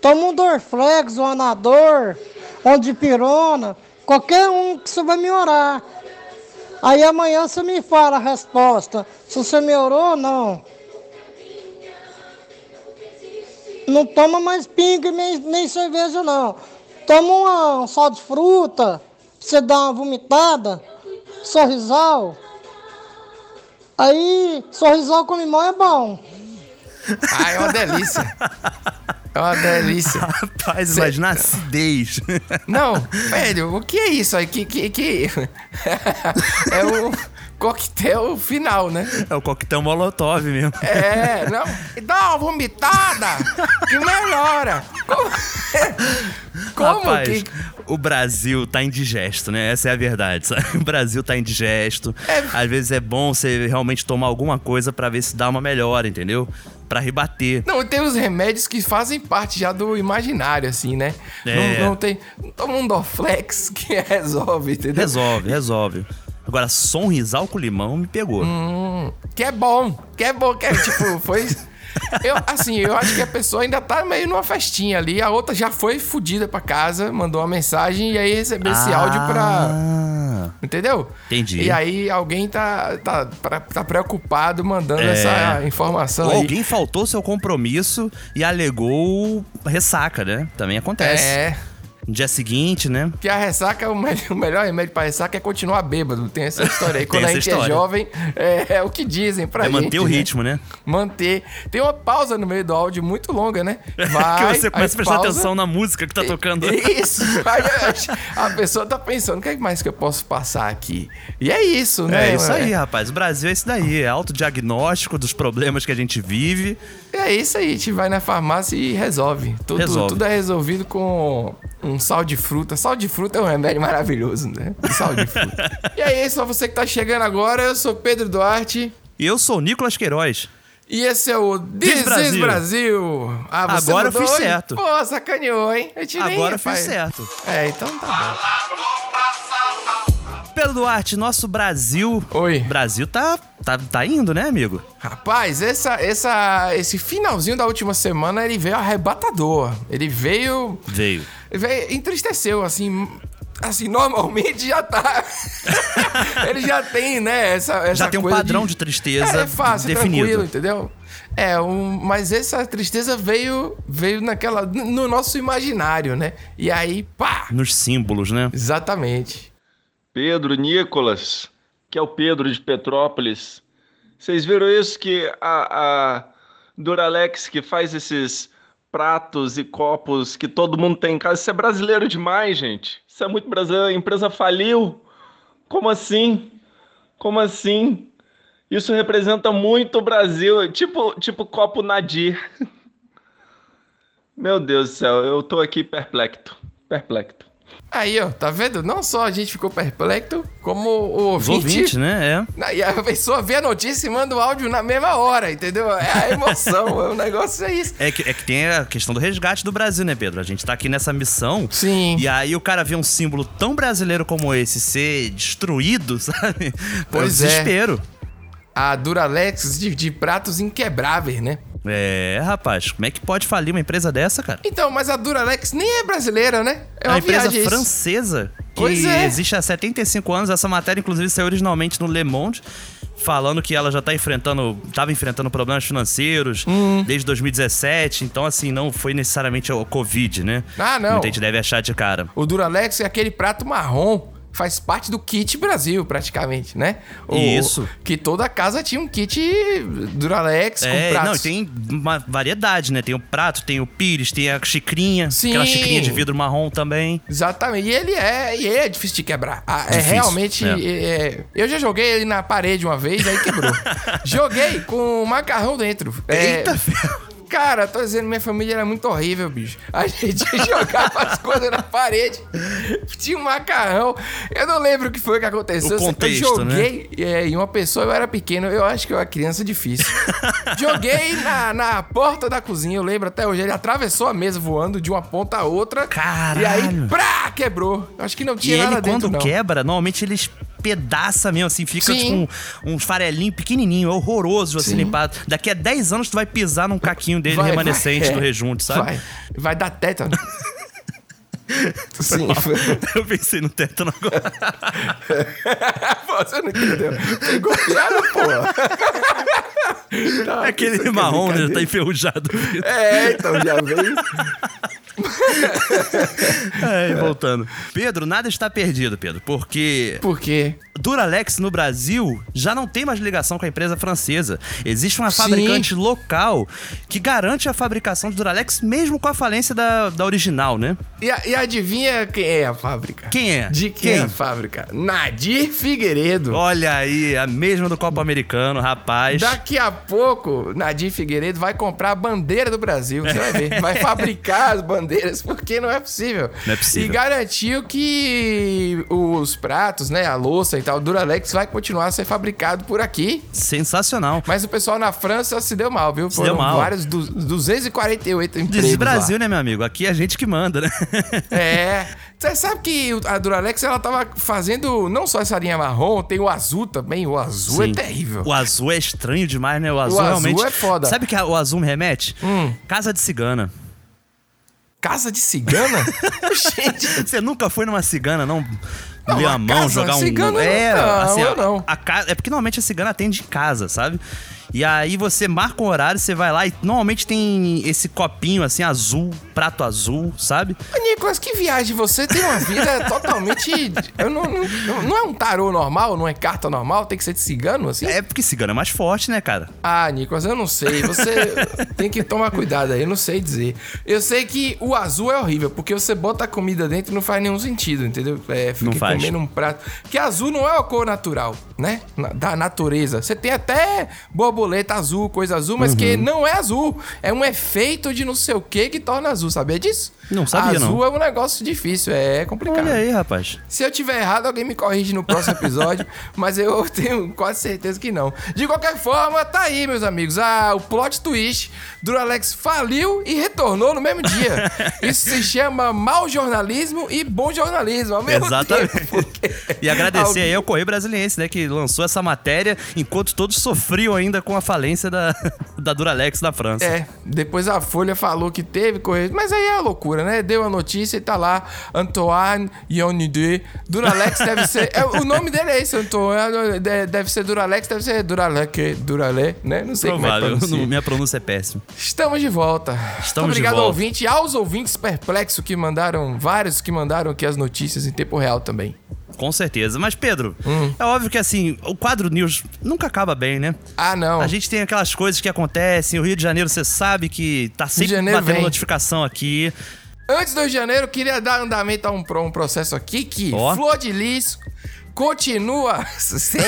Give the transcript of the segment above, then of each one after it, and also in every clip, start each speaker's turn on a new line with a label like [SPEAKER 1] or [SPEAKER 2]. [SPEAKER 1] Toma um Dorflex, um Anador, um Dipirona, qualquer um que você vai melhorar. Aí amanhã você me fala a resposta, se você melhorou ou não. Não toma mais pinga e nem, nem cerveja, não. Toma uma- um sal de fruta, pra você dá uma vomitada, sorrisal. Aí, sorrisal com limão é bom.
[SPEAKER 2] Ah, é uma delícia. É uma delícia.
[SPEAKER 3] Rapaz, imagina a acidez.
[SPEAKER 2] Não, velho, o que é isso aí? Que, que, que... é o coquetel final, né?
[SPEAKER 3] É o coquetel molotov mesmo.
[SPEAKER 2] É, não. E Dá uma vomitada que melhora. Como, como
[SPEAKER 3] Rapaz,
[SPEAKER 2] que.
[SPEAKER 3] o Brasil tá indigesto, né? Essa é a verdade, sabe? O Brasil tá indigesto. Às vezes é bom você realmente tomar alguma coisa pra ver se dá uma melhora, entendeu? Pra rebater.
[SPEAKER 2] Não, tem os remédios que fazem parte já do imaginário, assim, né?
[SPEAKER 3] É.
[SPEAKER 2] Não, não tem. Toma um Dorflex que resolve, entendeu?
[SPEAKER 3] Resolve, resolve. Agora, sonrisal com limão me pegou.
[SPEAKER 2] Hum, Que é bom, que é bom, que é tipo, foi. Eu, assim, eu acho que a pessoa ainda tá meio numa festinha ali, a outra já foi fudida pra casa, mandou uma mensagem e aí recebeu
[SPEAKER 3] Ah.
[SPEAKER 2] esse áudio pra.
[SPEAKER 3] pra.
[SPEAKER 2] Entendeu?
[SPEAKER 3] Entendi.
[SPEAKER 2] E aí alguém tá, tá, pra- tá preocupado mandando
[SPEAKER 3] É.
[SPEAKER 2] essa informação
[SPEAKER 3] Ou
[SPEAKER 2] aí.
[SPEAKER 3] alguém faltou seu compromisso e alegou ressaca, né? Também acontece.
[SPEAKER 2] É.
[SPEAKER 3] No dia seguinte, né?
[SPEAKER 2] Que a ressaca, o, me- o melhor remédio pra ressaca é continuar bêbado. Tem essa história aí.
[SPEAKER 3] Tem
[SPEAKER 2] Quando a
[SPEAKER 3] essa
[SPEAKER 2] gente é
[SPEAKER 3] história.
[SPEAKER 2] jovem, é, é o que dizem pra
[SPEAKER 3] É
[SPEAKER 2] gente.
[SPEAKER 3] manter o
[SPEAKER 2] né?
[SPEAKER 3] ritmo, né?
[SPEAKER 2] Manter. Tem uma pausa no meio do áudio muito longa, né?
[SPEAKER 3] que você
[SPEAKER 2] aí
[SPEAKER 3] começa a prestar
[SPEAKER 2] pausa.
[SPEAKER 3] atenção na música que tá tocando.
[SPEAKER 2] Isso. Aí a, a pessoa tá pensando, o que mais que eu posso passar aqui? E é isso, né?
[SPEAKER 3] É isso
[SPEAKER 2] mano?
[SPEAKER 3] aí, rapaz. O Brasil é isso daí. É autodiagnóstico dos problemas que a gente vive.
[SPEAKER 2] É isso aí, a gente vai na farmácia e resolve. Tudo,
[SPEAKER 3] Resolve.
[SPEAKER 2] tudo é resolvido com um sal de fruta. Sal de fruta é um remédio maravilhoso, né? Sal de fruta. e é isso, pra você que tá chegando agora, eu sou Pedro Duarte.
[SPEAKER 3] E eu sou o Nicolas Queiroz.
[SPEAKER 2] E esse é o This, is Brasil.
[SPEAKER 3] Brasil.
[SPEAKER 2] Ah, você
[SPEAKER 3] Agora eu
[SPEAKER 2] mudou
[SPEAKER 3] fiz
[SPEAKER 2] hoje?
[SPEAKER 3] certo.
[SPEAKER 2] Pô, sacaneou, hein? Eu te nem
[SPEAKER 3] Agora eu fiz
[SPEAKER 2] faz-
[SPEAKER 3] certo.
[SPEAKER 2] É, então tá
[SPEAKER 3] Pedro Duarte, nosso Brasil.
[SPEAKER 2] bom. Oi.
[SPEAKER 3] Brasil tá, tá, tá indo, né, amigo?
[SPEAKER 2] Rapaz, essa, essa, esse finalzinho da última semana, ele veio arrebatador. Ele veio...
[SPEAKER 3] Veio.
[SPEAKER 2] Véi, entristeceu, assim. Assim, normalmente já tá. Ele já tem, né? Essa, essa
[SPEAKER 3] Já tem um
[SPEAKER 2] coisa
[SPEAKER 3] padrão de
[SPEAKER 2] É,
[SPEAKER 3] tristeza
[SPEAKER 2] é fácil,
[SPEAKER 3] definido.
[SPEAKER 2] tranquilo, entendeu? É, um, mas essa tristeza veio veio naquela no nosso imaginário, né? E aí, pá!
[SPEAKER 3] Nos símbolos, né?
[SPEAKER 2] Exatamente.
[SPEAKER 4] Pedro Nicolas, que é o Pedro de Petrópolis. Vocês viram isso que a, a Duralex que faz esses pratos e copos que todo mundo tem em casa. Isso é brasileiro demais, gente. Isso é muito brasileiro. A empresa faliu. Como assim? Como assim? Isso representa muito o Brasil. É Tipo, tipo copo Nadir. Meu Deus do céu, eu tô aqui perplexo. Perplexo.
[SPEAKER 2] Aí, ó, tá vendo? Não só a gente ficou perplexo, como o
[SPEAKER 3] Os
[SPEAKER 2] ouvinte.
[SPEAKER 3] ouvintes, né? É.
[SPEAKER 2] E a pessoa vê a notícia e manda o áudio na mesma hora, entendeu? É a emoção, é o negócio é isso.
[SPEAKER 3] É que, é que tem a questão do resgate do Brasil, né, Pedro? A gente tá aqui nessa missão.
[SPEAKER 2] Sim.
[SPEAKER 3] E aí o cara vê um símbolo tão brasileiro como esse ser destruído, sabe? Pô,
[SPEAKER 2] Pois é.
[SPEAKER 3] desespero.
[SPEAKER 2] a Duralex de, de pratos inquebráveis, né?
[SPEAKER 3] É, rapaz, como é que pode falir uma empresa dessa, cara?
[SPEAKER 2] Então, mas a Duralex nem é brasileira, né? É
[SPEAKER 3] É
[SPEAKER 2] uma
[SPEAKER 3] uma empresa
[SPEAKER 2] viagem isso.
[SPEAKER 3] francesa que
[SPEAKER 2] Pois é.
[SPEAKER 3] existe há 75 anos. Essa matéria, inclusive, saiu originalmente no Le Monde, falando que ela já tá enfrentando, tava enfrentando problemas financeiros
[SPEAKER 2] Hum.
[SPEAKER 3] desde 2017. Então, assim, não foi necessariamente o Covid, né?
[SPEAKER 2] Ah, não.
[SPEAKER 3] Muita gente deve achar de cara.
[SPEAKER 2] O Duralex é aquele prato marrom, faz parte do kit Brasil, praticamente, né? O,
[SPEAKER 3] Isso.
[SPEAKER 2] Que toda casa tinha um kit Duralex com
[SPEAKER 3] É, não, e
[SPEAKER 2] pratos.
[SPEAKER 3] tem uma variedade, né? Tem o prato, tem o pires, tem a xicrinha,
[SPEAKER 2] Sim.
[SPEAKER 3] aquela xicrinha de vidro marrom também.
[SPEAKER 2] Exatamente. E ele é, e ele é difícil de quebrar. Ah, é
[SPEAKER 3] Difícil,
[SPEAKER 2] realmente.
[SPEAKER 3] né?
[SPEAKER 2] é- é- eu já joguei ele na parede uma vez, aí quebrou. joguei com um macarrão dentro. É,
[SPEAKER 3] Eita,
[SPEAKER 2] Cara, tô dizendo, minha família era muito horrível, bicho. A gente jogava as coisas na parede, tinha um macarrão. Eu não lembro o que foi que aconteceu.
[SPEAKER 3] O contexto, né?
[SPEAKER 2] eu joguei é, em uma pessoa, eu era pequeno, eu acho que eu era criança difícil. joguei na, na porta da cozinha, eu lembro até hoje. Ele atravessou a mesa voando de uma ponta a outra.
[SPEAKER 3] Caralho.
[SPEAKER 2] E aí, prá, quebrou. Eu Acho que não
[SPEAKER 3] E
[SPEAKER 2] tinha
[SPEAKER 3] ele,
[SPEAKER 2] nada
[SPEAKER 3] quando
[SPEAKER 2] dentro, não.
[SPEAKER 3] quebra, normalmente ele pedaça mesmo, assim, fica
[SPEAKER 2] Sim.
[SPEAKER 3] tipo um, uns farelinhos pequenininho, é horroroso assim limpado. Daqui a 10 anos tu vai pisar num caquinho dele
[SPEAKER 2] Vai,
[SPEAKER 3] remanescente
[SPEAKER 2] vai, é.
[SPEAKER 3] do rejunte, sabe?
[SPEAKER 2] Vai, vai dar tétano. Sim,
[SPEAKER 3] Eu pensei no teto agora.
[SPEAKER 2] você não entendeu. Pegou piada, porra. Tá, isso
[SPEAKER 3] Aquele
[SPEAKER 2] aqui é
[SPEAKER 3] marrom né, já tá
[SPEAKER 2] brincadeira.
[SPEAKER 3] enferrujado.
[SPEAKER 2] É, então já veio.
[SPEAKER 3] Ai, É, voltando. Pedro, nada está perdido, Pedro, porque
[SPEAKER 2] Por quê?
[SPEAKER 3] Duralex no Brasil já não tem mais ligação com a empresa francesa. Existe uma fabricante local que garante a fabricação de Duralex mesmo com a falência da, da original, né?
[SPEAKER 2] E, a- e adivinha quem é a fábrica?
[SPEAKER 3] Quem é?
[SPEAKER 2] De quem,
[SPEAKER 3] Quem?
[SPEAKER 2] é a fábrica? Nadir Figueiredo.
[SPEAKER 3] Olha aí, a mesma do Copa Americano, rapaz.
[SPEAKER 2] Daqui a pouco, Nadir Figueiredo vai comprar a bandeira do Brasil. Você vai ver. Vai fabricar as bandeiras, porque não é possível.
[SPEAKER 3] Não é possível.
[SPEAKER 2] E garantiu que os pratos, né? A louça e tal, o Duralex vai continuar a ser fabricado por aqui.
[SPEAKER 3] Sensacional.
[SPEAKER 2] Mas o pessoal na França se deu mal, viu? Foram
[SPEAKER 3] deu mal.
[SPEAKER 2] vários du- 248 empregos.
[SPEAKER 3] Diz
[SPEAKER 2] lá.
[SPEAKER 3] Brasil, né, meu amigo? Aqui é a gente que manda, né?
[SPEAKER 2] É. Você sabe que o- a Duralex, ela tava fazendo não só essa linha marrom, tem o azul também. O azul
[SPEAKER 3] Sim.
[SPEAKER 2] é terrível.
[SPEAKER 3] O azul é estranho demais, né? O azul,
[SPEAKER 2] azul
[SPEAKER 3] realmente.
[SPEAKER 2] é foda. Hum.
[SPEAKER 3] Sabe o que a- o azul me remete? Casa de cigana.
[SPEAKER 2] Casa de cigana? Gente,
[SPEAKER 3] Você nunca foi numa cigana, não?
[SPEAKER 2] Não,
[SPEAKER 3] Ver
[SPEAKER 2] a
[SPEAKER 3] a mão,
[SPEAKER 2] casa
[SPEAKER 3] jogar um.
[SPEAKER 2] cigana,
[SPEAKER 3] é,
[SPEAKER 2] não,
[SPEAKER 3] assim,
[SPEAKER 2] eu
[SPEAKER 3] a-
[SPEAKER 2] não.
[SPEAKER 3] a ca- É porque normalmente a cigana atende em casa, sabe? E aí você marca um horário, você vai lá e normalmente tem esse copinho assim, azul, prato azul, sabe?
[SPEAKER 2] Ô, Nicolas, que viagem. Você tem uma vida totalmente. Eu não, não, não é um tarô normal, não é carta normal, tem que ser de cigano assim?
[SPEAKER 3] É porque cigana é mais forte, né, cara?
[SPEAKER 2] Ah, Nicolas, eu não sei. Você tem que tomar cuidado aí, eu não sei dizer. Eu sei que o azul é horrível, porque você bota a comida dentro e não faz nenhum sentido, entendeu? É, fica
[SPEAKER 3] Não faz.
[SPEAKER 2] comendo um prato. Que azul não é uma cor natural, né? Na- Da natureza. Você tem até borboleta azul, coisa azul, mas que
[SPEAKER 3] Uhum.
[SPEAKER 2] não é azul. É um efeito de não sei o que que torna azul, sabia disso?
[SPEAKER 3] Não sabia,
[SPEAKER 2] azul
[SPEAKER 3] não.
[SPEAKER 2] é um negócio difícil, é complicado.
[SPEAKER 3] Olha aí, rapaz.
[SPEAKER 2] Se eu tiver errado, alguém me corrige no próximo episódio, mas eu tenho quase certeza que não. De qualquer forma, tá aí, meus amigos. Ah, o plot twist. Duralex faliu e retornou no mesmo dia. Isso se chama mau jornalismo e bom jornalismo. Ao mesmo
[SPEAKER 3] Exatamente.
[SPEAKER 2] Tempo, porque-
[SPEAKER 3] E agradecer
[SPEAKER 2] Alguém-
[SPEAKER 3] aí ao Correio Brasiliense, né, que lançou essa matéria enquanto todos sofriam ainda com a falência da, da Duralex da França.
[SPEAKER 2] É, depois a Folha falou que teve correio, mas aí é a loucura, né? Deu a notícia e tá lá Antoine Yonide. Duralex deve ser. é, o nome dele é esse, Antoine. de- Deve ser Duralex, deve ser Duralec, Duralé, né? Não sei
[SPEAKER 3] Provável.
[SPEAKER 2] como é que pronuncia.
[SPEAKER 3] Minha pronúncia é péssima.
[SPEAKER 2] Estamos de volta.
[SPEAKER 3] Estamos de
[SPEAKER 2] Obrigado,
[SPEAKER 3] volta.
[SPEAKER 2] ouvinte, e aos ouvintes perplexos que mandaram, vários que mandaram aqui as notícias em tempo real também.
[SPEAKER 3] Com certeza. Mas, Pedro,
[SPEAKER 2] Hum.
[SPEAKER 3] é óbvio que assim, o quadro News nunca acaba bem, né?
[SPEAKER 2] Ah, não.
[SPEAKER 3] A gente tem aquelas coisas que acontecem. O Rio de Janeiro, você sabe que tá sempre
[SPEAKER 2] Janeiro
[SPEAKER 3] batendo
[SPEAKER 2] vem.
[SPEAKER 3] notificação aqui.
[SPEAKER 2] Antes do Rio de Janeiro, eu queria dar andamento a um, pro- um processo aqui que
[SPEAKER 3] Ó.
[SPEAKER 2] Flor de Lis continua sem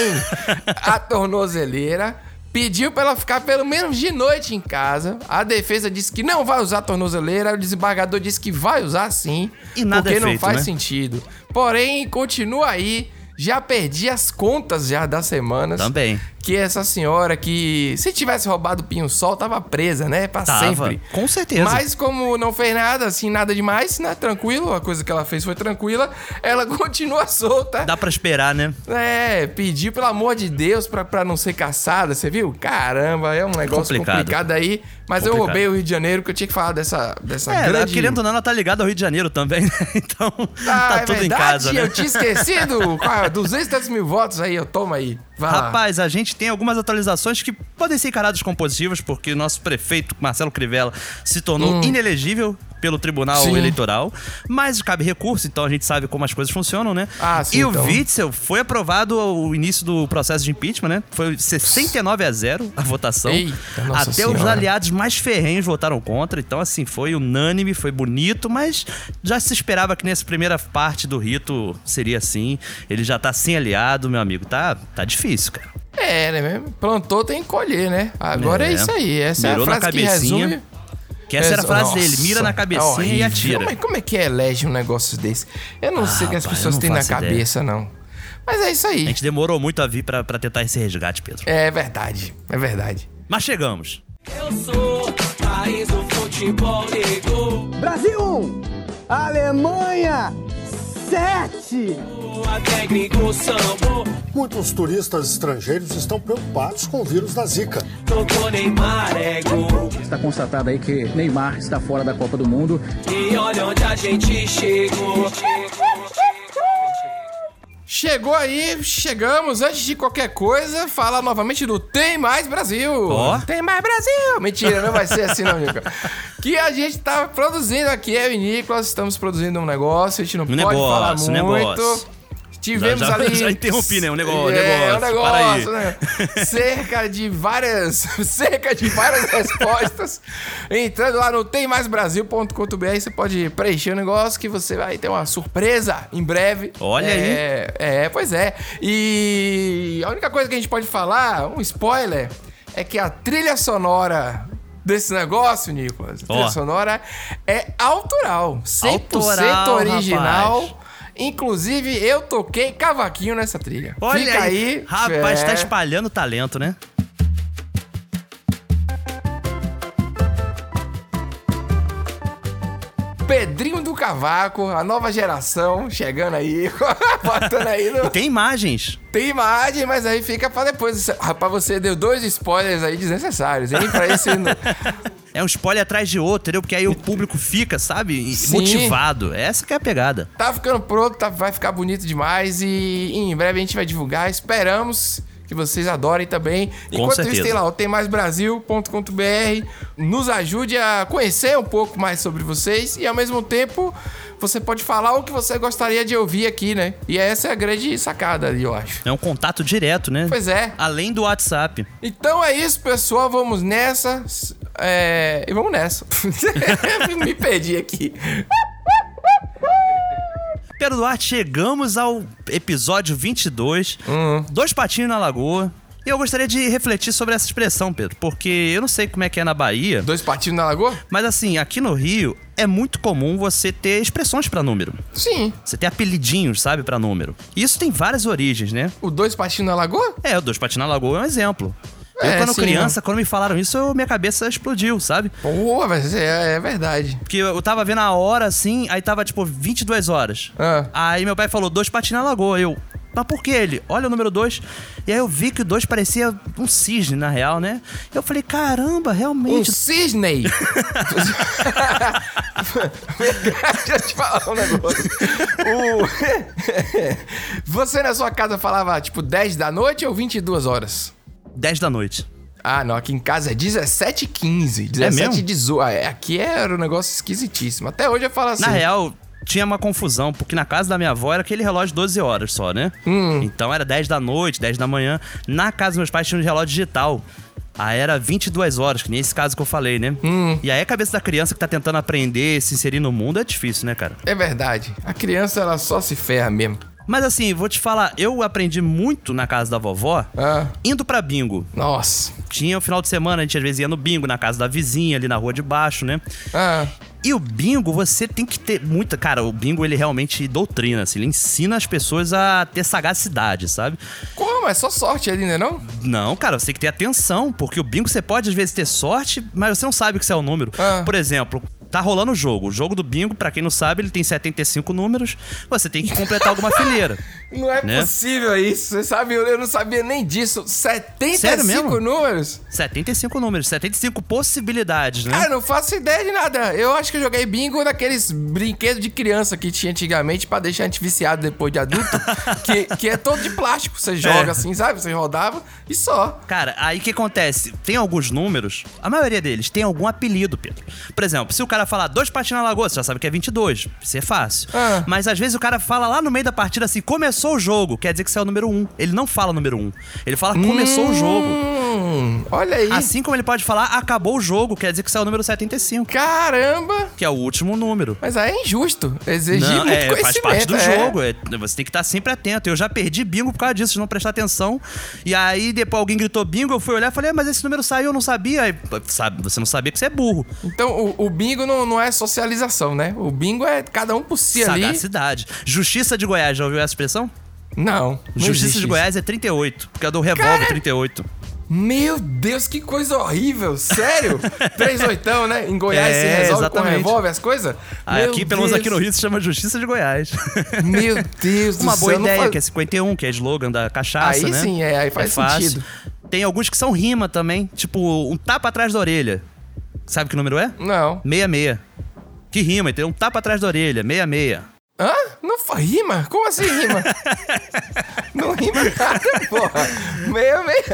[SPEAKER 2] a tornozeleira. Pediu pra ela ficar pelo menos de noite em casa. A defesa disse que não vai usar a tornozeleira. O desembargador disse que vai usar sim.
[SPEAKER 3] E nada
[SPEAKER 2] porque
[SPEAKER 3] é
[SPEAKER 2] não
[SPEAKER 3] feito,
[SPEAKER 2] faz
[SPEAKER 3] né?
[SPEAKER 2] sentido. Porém, continua aí. Já perdi as contas já das semanas.
[SPEAKER 3] Também.
[SPEAKER 2] Que é essa senhora que, se tivesse roubado o pinho-sol, tava presa, né? Pra
[SPEAKER 3] Tava.
[SPEAKER 2] sempre.
[SPEAKER 3] Com certeza.
[SPEAKER 2] Mas mas como não fez nada, assim, nada demais, né? Tranquilo, a coisa que ela fez foi tranquila. Ela continua solta.
[SPEAKER 3] Dá pra esperar, né?
[SPEAKER 2] É, pediu, pelo amor de Deus, pra, pra não ser caçada, você viu? Caramba, é um negócio complicado,
[SPEAKER 3] Complicado.
[SPEAKER 2] aí. Mas eu
[SPEAKER 3] Complicado.
[SPEAKER 2] roubei o Rio de Janeiro, que eu tinha que falar dessa, dessa
[SPEAKER 3] É,
[SPEAKER 2] grande...
[SPEAKER 3] querendo ou não, ela tá ligada ao Rio de Janeiro também, né? Então,
[SPEAKER 2] Ah,
[SPEAKER 3] tá
[SPEAKER 2] é
[SPEAKER 3] tudo em
[SPEAKER 2] verdade,
[SPEAKER 3] casa, né?
[SPEAKER 2] eu tinha esquecido. Qual é? 200 mil votos aí, eu tomo aí. Vai lá.
[SPEAKER 3] Rapaz, a gente tem algumas atualizações que podem ser encaradas compositivas, porque o nosso prefeito, Marcelo Crivella, se tornou inelegível pelo Tribunal
[SPEAKER 2] Hum. Sim.
[SPEAKER 3] Eleitoral, mas cabe recurso, então a gente sabe como as coisas funcionam, né?
[SPEAKER 2] Ah, sim,
[SPEAKER 3] e
[SPEAKER 2] então.
[SPEAKER 3] o Witzel foi aprovado o início do processo de impeachment, né? Foi 69 a 0 a votação.
[SPEAKER 2] Eita, nossa
[SPEAKER 3] Até os
[SPEAKER 2] senhora.
[SPEAKER 3] aliados mais ferrenhos votaram contra, então assim, foi unânime, foi bonito, mas já se esperava que nessa primeira parte do rito seria assim. Ele já tá sem aliado, meu amigo, tá, tá difícil, cara.
[SPEAKER 2] É, né mesmo? Plantou tem que colher, né? Agora é,
[SPEAKER 3] É.
[SPEAKER 2] isso aí. Essa
[SPEAKER 3] Mirou
[SPEAKER 2] é
[SPEAKER 3] na
[SPEAKER 2] a frase que
[SPEAKER 3] cabecinha.
[SPEAKER 2] resume...
[SPEAKER 3] Que essa era a
[SPEAKER 2] Exa-
[SPEAKER 3] frase
[SPEAKER 2] Nossa,
[SPEAKER 3] dele: mira na
[SPEAKER 2] é
[SPEAKER 3] cabecinha e
[SPEAKER 2] horrível.
[SPEAKER 3] atira. Ah,
[SPEAKER 2] Como é, como é que elege um negócio desse? Eu não sei o que as
[SPEAKER 3] rapaz,
[SPEAKER 2] pessoas
[SPEAKER 3] eu não
[SPEAKER 2] têm na
[SPEAKER 3] faço ideia.
[SPEAKER 2] cabeça, não. Mas é isso
[SPEAKER 3] A
[SPEAKER 2] aí.
[SPEAKER 3] gente demorou muito a vir pra, pra tentar esse resgate, Pedro.
[SPEAKER 2] É verdade, é verdade.
[SPEAKER 3] Mas chegamos.
[SPEAKER 5] Eu sou país do futebol negro.
[SPEAKER 6] Brasil 1, Alemanha 7.
[SPEAKER 5] a técnico sambou.
[SPEAKER 6] Muitos turistas estrangeiros estão preocupados com o vírus da Zika.
[SPEAKER 5] Tocou Neymar, é gol.
[SPEAKER 7] Está constatado aí que Neymar está fora da Copa do Mundo.
[SPEAKER 5] E olha onde a gente chegou.
[SPEAKER 2] Chegou aí, chegamos. Antes de qualquer coisa, fala novamente do Tem Mais Brasil.
[SPEAKER 3] Ó.
[SPEAKER 2] Tem Mais Brasil. Mentira, não vai ser assim não, Nico. Que a gente tá produzindo aqui, eu e Nicolas, estamos produzindo um negócio, a gente não
[SPEAKER 3] Um
[SPEAKER 2] pode falar
[SPEAKER 3] negócio, um
[SPEAKER 2] muito.
[SPEAKER 3] negócio.
[SPEAKER 2] Tivemos
[SPEAKER 3] Já- já-
[SPEAKER 2] ali...
[SPEAKER 3] já interrompi, né? Um negócio, um
[SPEAKER 2] É, um
[SPEAKER 3] negócio, para aí.
[SPEAKER 2] negócio, né? Cerca de várias... cerca de várias respostas. Entrando lá no temmaisbrasil.com.br, você pode preencher o negócio que você vai ter uma surpresa em breve.
[SPEAKER 3] Olha aí.
[SPEAKER 2] É, é, é, pois é. E a única coisa que a gente pode falar, um spoiler, é que a trilha sonora desse negócio, Nicolas, a trilha
[SPEAKER 3] Ó.
[SPEAKER 2] sonora é autoral, 100%
[SPEAKER 3] Autoral,
[SPEAKER 2] original.
[SPEAKER 3] rapaz.
[SPEAKER 2] Inclusive, eu toquei cavaquinho nessa trilha.
[SPEAKER 3] Olha
[SPEAKER 2] Fica aí.
[SPEAKER 3] aí. Rapaz,
[SPEAKER 2] é.
[SPEAKER 3] tá espalhando talento, né?
[SPEAKER 2] Pedrinho do Cavaco, a nova geração chegando aí, botando aí no,
[SPEAKER 3] E tem imagens.
[SPEAKER 2] Tem imagem, mas aí fica pra depois. Rapaz, você deu dois spoilers aí desnecessários, hein? Pra esse.
[SPEAKER 3] É um spoiler atrás de outro, entendeu? Porque aí o público fica, sabe? E-
[SPEAKER 2] Sim.
[SPEAKER 3] Motivado. Essa que é a pegada.
[SPEAKER 2] tá ficando pronto, tá- vai ficar bonito demais e em breve a gente vai divulgar. Esperamos que vocês adorem também.
[SPEAKER 3] Com
[SPEAKER 2] Enquanto isso,
[SPEAKER 3] certeza.
[SPEAKER 2] tem lá o temmaisbrasil.com.br. Nos ajude a conhecer um pouco mais sobre vocês e ao mesmo tempo você pode falar o que você gostaria de ouvir aqui, né? E essa é a grande sacada, eu acho.
[SPEAKER 3] É um contato direto, né?
[SPEAKER 2] Pois é.
[SPEAKER 3] Além do WhatsApp.
[SPEAKER 2] Então é isso, pessoal. Vamos nessa. S- É... E vamos nessa. Me perdi aqui.
[SPEAKER 3] Pedro Duarte, chegamos ao episódio 22.
[SPEAKER 2] Uhum.
[SPEAKER 3] Dois patinhos na lagoa. E eu gostaria de refletir sobre essa expressão, Pedro, porque eu não sei como é que é na Bahia,
[SPEAKER 2] Dois patinhos na lagoa?
[SPEAKER 3] mas assim, aqui no Rio é muito comum você ter expressões pra número.
[SPEAKER 2] Sim.
[SPEAKER 3] Você ter apelidinhos, sabe, pra número. E isso tem várias origens, né?
[SPEAKER 2] O dois patinhos na lagoa?
[SPEAKER 3] É, o Dois Patinhos na Lagoa é um exemplo. Eu,
[SPEAKER 2] É,
[SPEAKER 3] quando
[SPEAKER 2] sim,
[SPEAKER 3] criança, quando me falaram isso, eu- minha cabeça explodiu, sabe?
[SPEAKER 2] Pô, mas é, é verdade.
[SPEAKER 3] Porque eu tava vendo a hora assim, aí tava tipo 22 horas.
[SPEAKER 2] Ah.
[SPEAKER 3] Aí meu pai falou: Dois Patinhos na Lagoa. Eu, mas por que ele? Olha o número dois. E aí eu vi que o dois parecia um cisne, na real, né? Eu falei: caramba,
[SPEAKER 2] Um
[SPEAKER 3] realmente.
[SPEAKER 2] cisne. Deixa eu te falar um negócio. O- Você na sua casa falava tipo 10 da noite ou 22 horas?
[SPEAKER 3] 10 da noite.
[SPEAKER 2] Ah, não, aqui em casa é 17 15
[SPEAKER 3] É
[SPEAKER 2] 17
[SPEAKER 3] mesmo?
[SPEAKER 2] 18. Ah, é, Aqui era um negócio esquisitíssimo. Até hoje eu falo assim.
[SPEAKER 3] Na real. Tinha uma confusão, porque na casa da minha avó era aquele relógio 12 horas só, né? Então era 10 da noite, 10 da manhã. Na casa dos meus pais tinha um relógio digital. Aí era 22 horas, que nem esse caso que eu falei, né? E aí a cabeça da criança que tá tentando aprender, se inserir no mundo, é difícil, né, cara?
[SPEAKER 2] É verdade. A criança, ela só se ferra mesmo.
[SPEAKER 3] Mas assim, vou te falar, eu aprendi muito na casa da vovó
[SPEAKER 2] Ah.
[SPEAKER 3] indo pra bingo.
[SPEAKER 2] Nossa.
[SPEAKER 3] Tinha o final de semana, a gente às vezes ia no bingo, na casa da vizinha, ali na rua de baixo, né?
[SPEAKER 2] Ah,
[SPEAKER 3] E o bingo, você tem que ter muita. Cara, o bingo ele realmente doutrina, assim, ele ensina as pessoas a ter sagacidade, sabe?
[SPEAKER 2] como? É só sorte ali, né não?
[SPEAKER 3] Não, cara, você tem que ter atenção, porque o bingo você pode às vezes ter sorte, mas você não sabe o que é o número.
[SPEAKER 2] Ah.
[SPEAKER 3] Por exemplo, tá rolando o jogo. O jogo do bingo, pra quem não sabe, ele tem 75 números. Você tem que completar alguma fileira.
[SPEAKER 2] Não é
[SPEAKER 3] Né?
[SPEAKER 2] possível isso. Você sabe, eu eu não sabia nem disso. 75
[SPEAKER 3] Sério mesmo?
[SPEAKER 2] números?
[SPEAKER 3] 75 números, 75 possibilidades, né?
[SPEAKER 2] Cara, eu não faço ideia de nada. Eu acho que eu joguei bingo naqueles brinquedos de criança que tinha antigamente pra deixar a gente viciado depois de adulto. que, que é todo de plástico. Você
[SPEAKER 3] É.
[SPEAKER 2] joga assim, sabe? Você rodava e só.
[SPEAKER 3] Cara, aí o que acontece? Tem alguns números, a maioria deles tem algum apelido, Pedro. Por exemplo, se o cara falar dois patins na lagoa, você já sabe que é 22, isso é fácil.
[SPEAKER 2] Ah.
[SPEAKER 3] Mas às vezes o cara fala lá no meio da partida assim, começou o jogo, quer dizer que você é o número 1. Ele não fala número 1, ele fala começou o jogo.
[SPEAKER 2] Hum, olha aí.
[SPEAKER 3] Assim como ele pode falar acabou o jogo, quer dizer que você é o número 75,
[SPEAKER 2] Caramba!
[SPEAKER 3] que é o último número.
[SPEAKER 2] Mas aí é injusto. Exigir muito
[SPEAKER 3] é,
[SPEAKER 2] conhecimento.
[SPEAKER 3] faz parte do
[SPEAKER 2] é.
[SPEAKER 3] jogo. é, você tem que estar sempre atento. Eu já perdi bingo por causa disso, de não prestar atenção. E aí depois alguém gritou bingo, eu fui olhar e falei, "Ah, mas esse número saiu, eu não sabia. Aí, sabe, você não sabia que você é burro.
[SPEAKER 2] Então, o, o bingo não, não é socialização, né? O bingo é cada um por si ali.
[SPEAKER 3] Sagacidade. Justiça de Goiás, já ouviu essa expressão?
[SPEAKER 2] Não. não
[SPEAKER 3] Justiça
[SPEAKER 2] existe
[SPEAKER 3] de
[SPEAKER 2] isso.
[SPEAKER 3] Goiás é 38, porque é do revólver 38.
[SPEAKER 2] Meu Deus, que coisa horrível, sério? Três oitão, né? Em Goiás
[SPEAKER 3] É,
[SPEAKER 2] se resolve com
[SPEAKER 3] exatamente. Ah,
[SPEAKER 2] revólver as coisas? Meu
[SPEAKER 3] Aqui, pelo menos
[SPEAKER 2] Deus.
[SPEAKER 3] aqui no Rio, se chama Justiça de Goiás.
[SPEAKER 2] Meu Deus do
[SPEAKER 3] Uma boa
[SPEAKER 2] céu, não
[SPEAKER 3] ideia,
[SPEAKER 2] faz-
[SPEAKER 3] que é 51, que é slogan da cachaça,
[SPEAKER 2] Aí
[SPEAKER 3] né?
[SPEAKER 2] sim, é, aí faz
[SPEAKER 3] fácil.
[SPEAKER 2] sentido.
[SPEAKER 3] Tem alguns que são rima também, tipo um tapa atrás da orelha. Sabe que número é?
[SPEAKER 2] Não.
[SPEAKER 3] 66. Que rima, entendeu? Um tapa atrás da orelha, 66.
[SPEAKER 2] Hã? Não fa- rima? Como assim rima? não rima nada, porra. Meio, meio.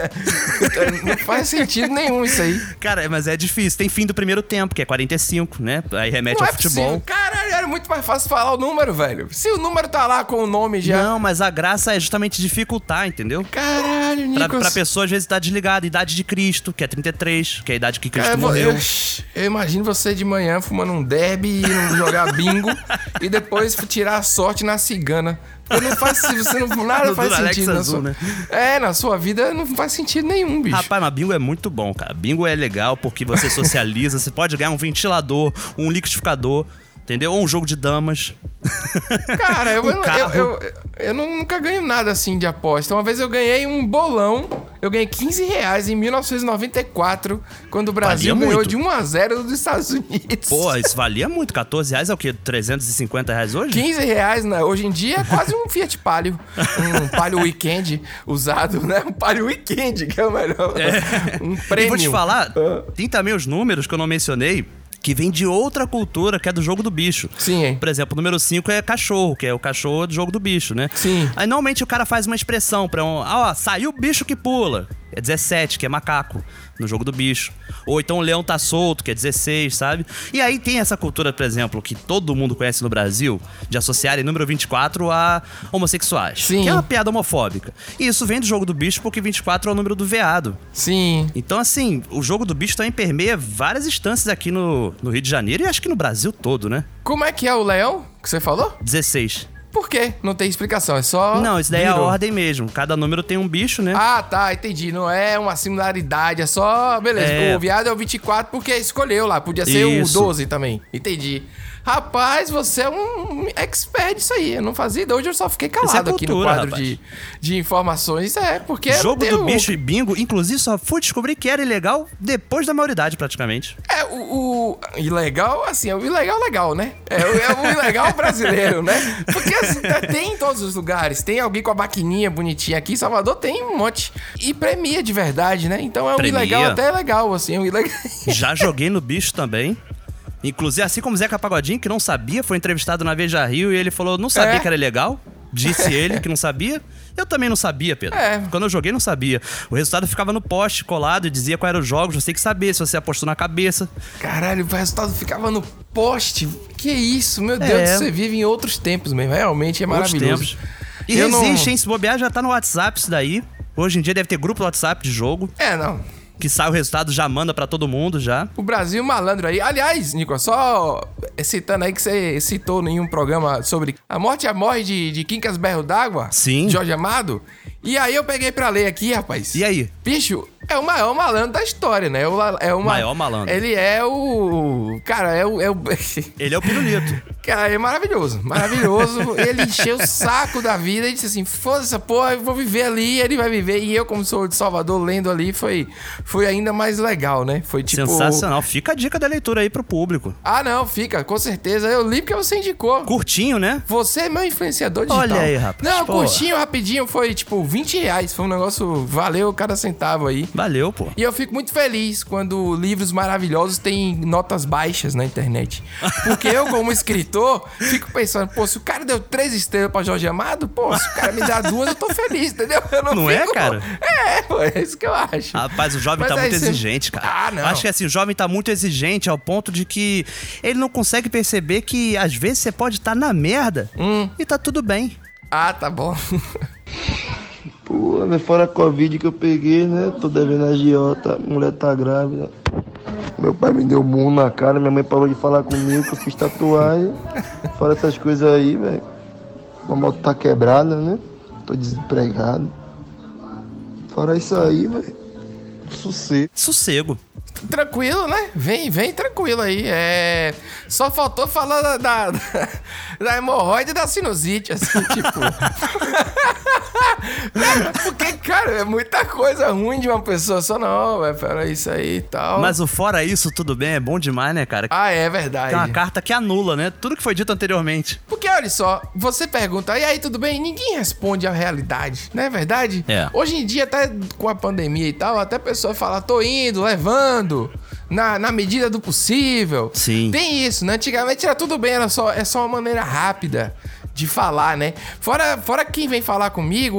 [SPEAKER 2] Não faz sentido nenhum isso aí.
[SPEAKER 3] Cara, mas é difícil. Tem fim do primeiro tempo, que é 45, né? Aí remete
[SPEAKER 2] Não
[SPEAKER 3] ao
[SPEAKER 2] é
[SPEAKER 3] futebol.
[SPEAKER 2] possível. Caralho, era muito mais fácil falar o número, velho. Se o número tá lá com o nome já.
[SPEAKER 3] Não, mas a graça é justamente dificultar, entendeu?
[SPEAKER 2] Caralho,
[SPEAKER 3] Pra,
[SPEAKER 2] Nicolas.
[SPEAKER 3] pra pessoa, às vezes, tá desligada. Idade de Cristo, que é 33, que é a idade que Cristo
[SPEAKER 2] É, vo-
[SPEAKER 3] morreu.
[SPEAKER 2] eu, eu imagino você de manhã fumando um derby, indo jogar bingo e depois tirar a sorte na cigana. Porque não faz você não, nada
[SPEAKER 3] No
[SPEAKER 2] faz
[SPEAKER 3] Dura Alex
[SPEAKER 2] sentido. na
[SPEAKER 3] Azul,
[SPEAKER 2] sua,
[SPEAKER 3] né?
[SPEAKER 2] É, na sua vida não faz sentido nenhum, bicho.
[SPEAKER 3] Rapaz, mas bingo é muito bom, cara. Bingo é legal porque você socializa, você pode ganhar um ventilador, um liquidificador, entendeu? Ou um jogo de damas.
[SPEAKER 2] Cara, eu,
[SPEAKER 3] Um
[SPEAKER 2] eu,
[SPEAKER 3] carro.
[SPEAKER 2] eu, eu- eu não- nunca ganho nada assim de aposta. Uma vez eu ganhei um bolão, eu ganhei 15 reais em 1994, quando o Brasil
[SPEAKER 3] Valia
[SPEAKER 2] ganhou
[SPEAKER 3] muito.
[SPEAKER 2] de 1 a 0 dos Estados Unidos.
[SPEAKER 3] Pô, isso valia muito. 14 reais é o quê? 350 reais hoje?
[SPEAKER 2] 15 reais, né? Hoje em dia é quase um Fiat Palio. Um Palio Weekend usado, né? Um Palio Weekend, que é o melhor. Um prêmio.
[SPEAKER 3] É. E vou te falar,
[SPEAKER 2] Ah.
[SPEAKER 3] tem também os números que eu não mencionei que vem de outra cultura, que é do jogo do bicho.
[SPEAKER 2] Sim, hein?
[SPEAKER 3] Por exemplo, o número 5 é cachorro, que é o cachorro do jogo do bicho, né?
[SPEAKER 2] Sim.
[SPEAKER 3] Aí normalmente o cara faz uma expressão pra um, ah, ó, saiu o bicho que pula. É 17, que é macaco, no jogo do bicho. Ou então o leão tá solto, que é 16, sabe? E aí tem essa cultura, por exemplo, que todo mundo conhece no Brasil, de associarem número 24 a homossexuais.
[SPEAKER 2] Sim.
[SPEAKER 3] Que é uma piada homofóbica. E isso vem do jogo do bicho porque 24 é o número do veado.
[SPEAKER 2] Sim.
[SPEAKER 3] Então, assim, o jogo do bicho também permeia várias instâncias aqui no, no Rio de Janeiro e acho que no Brasil todo, né?
[SPEAKER 2] Como é que é o leão que você falou?
[SPEAKER 3] 16.
[SPEAKER 2] Por quê? Não tem explicação, é só.
[SPEAKER 3] Não, isso daí é a
[SPEAKER 2] virou.
[SPEAKER 3] ordem mesmo. Cada número tem um bicho, né?
[SPEAKER 2] Ah, tá, entendi. Não é uma similaridade, é só. Beleza,
[SPEAKER 3] É.
[SPEAKER 2] o viado é o 24 porque escolheu lá. Podia ser
[SPEAKER 3] Isso.
[SPEAKER 2] o 12 também. Entendi. Rapaz, você é um expert disso aí. Eu não fazia. ideia. Hoje eu só fiquei
[SPEAKER 3] é
[SPEAKER 2] calado aqui no
[SPEAKER 3] cultura,
[SPEAKER 2] quadro
[SPEAKER 3] rapaz.
[SPEAKER 2] de, de informações. É, porque. eu
[SPEAKER 3] jogo
[SPEAKER 2] tenho-
[SPEAKER 3] do bicho e bingo, inclusive, só fui descobrir que era ilegal depois da maioridade, praticamente.
[SPEAKER 2] É, o, o ilegal, assim, é o ilegal legal, né? É, o- é o ilegal brasileiro, né? Porque assim, tá- tem em todos os lugares. Tem alguém com a maquininha bonitinha aqui. Em Salvador tem um monte. E premia de verdade, né? Então é um
[SPEAKER 3] Premia.
[SPEAKER 2] ilegal até legal, assim. É um ilegal...
[SPEAKER 3] Já joguei no bicho também. Inclusive, assim como Zeca Pagodinho, que não sabia, foi entrevistado na Veja Rio e ele falou: não sabia
[SPEAKER 2] É.
[SPEAKER 3] que era legal. Disse ele que não sabia. Eu também não sabia, Pedro.
[SPEAKER 2] É.
[SPEAKER 3] Quando eu joguei, não sabia. O resultado ficava no poste colado e dizia quais eram os jogos. Você tem que saber se você apostou na cabeça.
[SPEAKER 2] Caralho, o resultado ficava no poste. Que isso, meu Deus,
[SPEAKER 3] É.
[SPEAKER 2] você vive em outros tempos mesmo. Realmente é
[SPEAKER 3] Outros
[SPEAKER 2] maravilhoso.
[SPEAKER 3] tempos. E
[SPEAKER 2] Eu não-
[SPEAKER 3] resiste, hein? Se bobear, já tá no WhatsApp isso daí. Hoje em dia deve ter grupo no WhatsApp de jogo,
[SPEAKER 2] É, não.
[SPEAKER 3] que sai o resultado, já manda pra todo mundo já.
[SPEAKER 2] O Brasil malandro aí. Aliás, Nico, só citando aí que você citou em um programa sobre a morte a morre de, de Quincas Berro d'Água.
[SPEAKER 3] Sim.
[SPEAKER 2] Jorge Amado. E aí eu peguei pra ler aqui, rapaz.
[SPEAKER 3] E aí?
[SPEAKER 2] Bicho, é o maior malandro da história, né? É o la- é uma,
[SPEAKER 3] Maior malandro.
[SPEAKER 2] Ele é o... Cara, é o... É o...
[SPEAKER 3] Ele é o pirulito.
[SPEAKER 2] Cara, é maravilhoso, maravilhoso. ele encheu o saco da vida e disse assim: foda essa porra, eu vou viver ali, ele vai viver. E eu, como sou de Salvador, lendo ali, foi, foi ainda mais legal, né? Foi tipo.
[SPEAKER 3] Sensacional. Fica a dica da leitura aí pro público.
[SPEAKER 2] Ah, não, fica, com certeza. Eu li porque você indicou.
[SPEAKER 3] Curtinho, né?
[SPEAKER 2] Você é meu influenciador digital.
[SPEAKER 3] Olha aí, rapaz,
[SPEAKER 2] Não,
[SPEAKER 3] porra.
[SPEAKER 2] curtinho, rapidinho, foi tipo 20 reais. Foi um negócio, valeu cada centavo aí.
[SPEAKER 3] Valeu, pô.
[SPEAKER 2] E eu fico muito feliz quando livros maravilhosos têm notas baixas na internet. Porque eu, como escritor, fico pensando, pô, se o cara deu três estrelas pra Jorge Amado, pô, se o cara me dá duas, eu tô feliz, entendeu? Eu
[SPEAKER 3] Não é, cara?
[SPEAKER 2] É, pô, é isso que eu acho.
[SPEAKER 3] Rapaz, o jovem
[SPEAKER 2] Mas
[SPEAKER 3] tá
[SPEAKER 2] aí
[SPEAKER 3] muito
[SPEAKER 2] você-
[SPEAKER 3] exigente, cara.
[SPEAKER 2] Ah, não.
[SPEAKER 3] Eu Acho que assim, o jovem tá muito exigente ao ponto de que ele não consegue perceber que às vezes você pode estar na merda
[SPEAKER 2] Hum.
[SPEAKER 3] e tá tudo bem.
[SPEAKER 2] Ah, tá bom.
[SPEAKER 8] Pô, né, fora a Covid que eu peguei, né? Tô devendo a giota, a mulher tá grávida. Meu pai me deu um murro na cara, minha mãe parou de falar comigo, que eu fiz tatuagem. Fora essas coisas aí, velho. Minha moto tá quebrada, né? Tô desempregado. Fora isso aí, velho. Sossego.
[SPEAKER 3] Sossego.
[SPEAKER 2] Tranquilo, né? Vem, vem tranquilo aí. É... Só faltou falar da, da, da- da hemorroide e da sinusite, assim, tipo. Né? Porque, cara, é muita coisa ruim de uma pessoa só, não, velho. Pera, isso aí e tal.
[SPEAKER 3] Mas o fora isso, tudo bem, é bom demais, né, cara?
[SPEAKER 2] Ah, é
[SPEAKER 3] Tem uma
[SPEAKER 2] verdade.
[SPEAKER 3] carta que anula, né? Tudo que foi dito anteriormente.
[SPEAKER 2] Porque olha só, você pergunta, e aí tudo bem? Ninguém responde a realidade, não é verdade?
[SPEAKER 3] É.
[SPEAKER 2] Hoje em dia, até com a pandemia e tal, até a pessoa fala, tô indo, levando, na, na medida do possível.
[SPEAKER 3] Sim.
[SPEAKER 2] Tem isso, né? Antigamente era tudo bem, era só, é só uma maneira rápida de falar, né? Fora, fora quem vem falar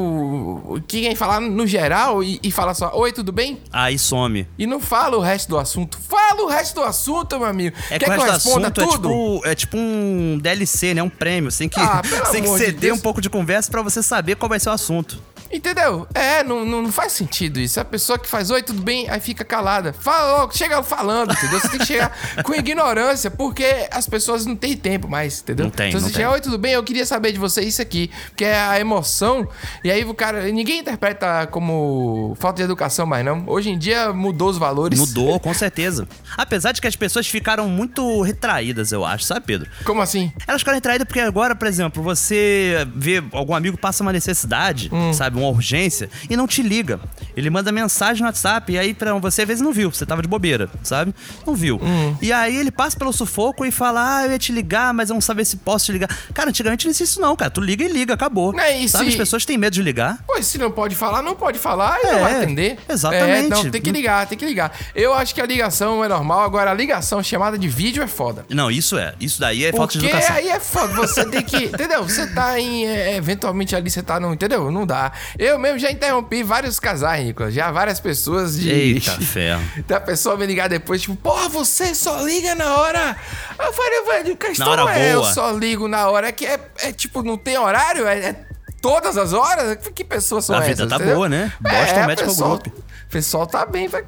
[SPEAKER 2] comigo, quem vem falar no geral e, e fala só, oi, tudo bem?
[SPEAKER 3] Aí some.
[SPEAKER 2] E não fala o resto do assunto. Fala o resto do assunto, meu amigo.
[SPEAKER 3] É que
[SPEAKER 2] Quer
[SPEAKER 3] o resto do
[SPEAKER 2] responda
[SPEAKER 3] assunto é tipo, é tipo um DLC, né? Um prêmio. Você tem que,
[SPEAKER 2] Ah, pelo
[SPEAKER 3] você tem que
[SPEAKER 2] amor de
[SPEAKER 3] ceder
[SPEAKER 2] Deus.
[SPEAKER 3] um pouco de conversa pra você saber qual vai ser o assunto.
[SPEAKER 2] Entendeu? É, não, não, não faz sentido isso. A pessoa que faz oi, tudo bem, aí fica calada. Fala logo, chega falando, entendeu? Você tem que chegar com ignorância, porque as pessoas não têm tempo mais, entendeu? Então,
[SPEAKER 3] Não tem,
[SPEAKER 2] Se
[SPEAKER 3] não
[SPEAKER 2] você
[SPEAKER 3] tem.
[SPEAKER 2] chegar, oi, tudo bem, eu queria saber de você isso aqui, porque é a emoção. E aí o cara, ninguém interpreta como falta de educação mais, não. Hoje em dia mudou os valores.
[SPEAKER 3] Mudou, com certeza. Apesar de que as pessoas ficaram muito retraídas, eu acho, sabe, Pedro?
[SPEAKER 2] Como assim?
[SPEAKER 3] Elas ficaram retraídas porque agora, por exemplo, você vê algum amigo passa uma necessidade,
[SPEAKER 2] Hum.
[SPEAKER 3] sabe, uma urgência, e não te liga. Ele manda mensagem no WhatsApp, e aí pra você às vezes não viu, você tava de bobeira, sabe? Não viu.
[SPEAKER 2] Hum.
[SPEAKER 3] E aí ele passa pelo sufoco e fala, ah, eu ia te ligar, mas eu não sabia se posso te ligar. Cara, antigamente não existia isso não, cara. Tu liga e liga, acabou.
[SPEAKER 2] É, e
[SPEAKER 3] sabe,
[SPEAKER 2] se-
[SPEAKER 3] as pessoas têm medo de ligar.
[SPEAKER 2] Pois se não pode falar, não pode falar e
[SPEAKER 3] É,
[SPEAKER 2] não vai atender.
[SPEAKER 3] exatamente.
[SPEAKER 2] É, não, tem que ligar, tem que ligar. Eu acho que a ligação é normal, agora a ligação chamada de vídeo é foda.
[SPEAKER 3] Não, isso é. Isso daí é falta de
[SPEAKER 2] Porque
[SPEAKER 3] educação.
[SPEAKER 2] aí é foda, você tem que. Entendeu? Você tá em. é, eventualmente ali você tá não. Entendeu? Não dá. Eu mesmo já interrompi vários casais, Nicolas. Já várias pessoas de.
[SPEAKER 3] Eita ferro.
[SPEAKER 2] Da Então pessoa me ligar depois, tipo, porra, você só liga na hora. Eu falei, velho, o questão
[SPEAKER 3] Na hora
[SPEAKER 2] é, eu
[SPEAKER 3] boa.
[SPEAKER 2] só ligo na hora. É que é, é, tipo, não tem horário, é, é todas as horas? Que pessoas são
[SPEAKER 3] A vida
[SPEAKER 2] essas?
[SPEAKER 3] tá
[SPEAKER 2] entendeu? É,
[SPEAKER 3] boa, né? Boston
[SPEAKER 2] o
[SPEAKER 3] Medical
[SPEAKER 2] pessoal-
[SPEAKER 3] Group.
[SPEAKER 2] O pessoal tá bem pra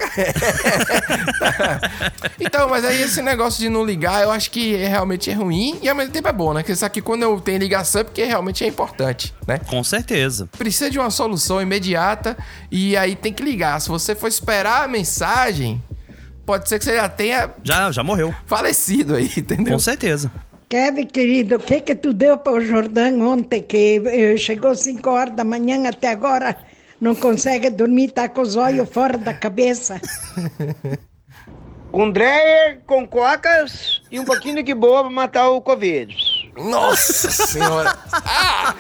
[SPEAKER 2] caralho. então, mas aí esse negócio de não ligar, eu acho que é- realmente é ruim e ao mesmo tempo é bom, né? Porque sabe que quando eu tenho ligação é porque realmente é importante, né?
[SPEAKER 3] Com certeza.
[SPEAKER 2] Precisa de uma solução imediata e aí tem que ligar. Se você for esperar a mensagem, pode ser que você já tenha
[SPEAKER 3] Já, já morreu.
[SPEAKER 2] falecido aí, entendeu?
[SPEAKER 3] Com certeza.
[SPEAKER 9] Kevin, querido, o que que tu deu para o Jordão ontem que eh, chegou 5 horas da manhã até agora não consegue dormir, tá com os olhos fora da cabeça?
[SPEAKER 10] Com Dreyer, com cocas e um pouquinho de que boa pra matar o Covid.
[SPEAKER 2] Nossa senhora! Ah!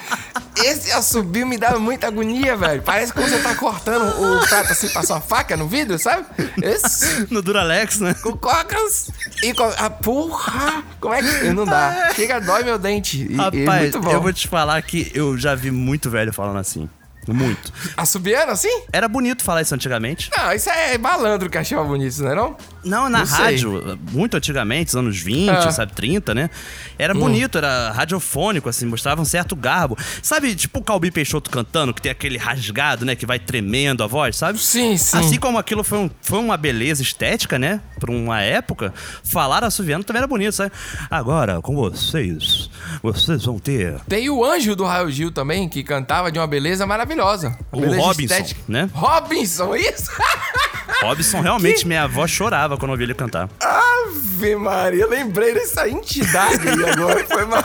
[SPEAKER 2] Esse assobio me dá muita agonia, velho. Parece que você tá cortando o prato assim, passou a faca no vidro, sabe? Esse.
[SPEAKER 3] No Duralex, né?
[SPEAKER 2] Com cocas e com. Ah, porra! Como é que. Não dá. Chega, dói meu dente. E, e é
[SPEAKER 3] Rapaz,
[SPEAKER 2] muito bom.
[SPEAKER 3] eu vou te falar que eu já vi muito velho falando assim. Muito.
[SPEAKER 2] Assobiando assim?
[SPEAKER 3] Era bonito falar isso antigamente.
[SPEAKER 2] Não, isso é malandro que achava bonito, não é não?
[SPEAKER 3] Não, na
[SPEAKER 2] Não sei.
[SPEAKER 3] rádio, muito antigamente, nos anos 20,
[SPEAKER 2] Ah.
[SPEAKER 3] sabe, 30, né?
[SPEAKER 2] Hum.
[SPEAKER 3] Era bonito, era radiofônico, assim, mostrava um certo garbo. Sabe, tipo o Calbi Peixoto cantando, que tem aquele rasgado, né? Que vai tremendo a voz, sabe?
[SPEAKER 2] Sim, sim.
[SPEAKER 3] Assim como aquilo foi, um- foi uma beleza estética, né? Pra uma época, falar assoviando também era bonito, sabe? Agora, com vocês, vocês vão ter
[SPEAKER 2] Tem o anjo do Raio Gil também, que cantava de uma beleza maravilhosa. Uma
[SPEAKER 3] O
[SPEAKER 2] beleza
[SPEAKER 3] Robinson, né?
[SPEAKER 2] Robinson, isso? Ah,
[SPEAKER 3] Robson, realmente, minha avó chorava quando eu ouvia ele cantar.
[SPEAKER 2] Ave Maria, eu lembrei dessa entidade aí agora. Foi mal.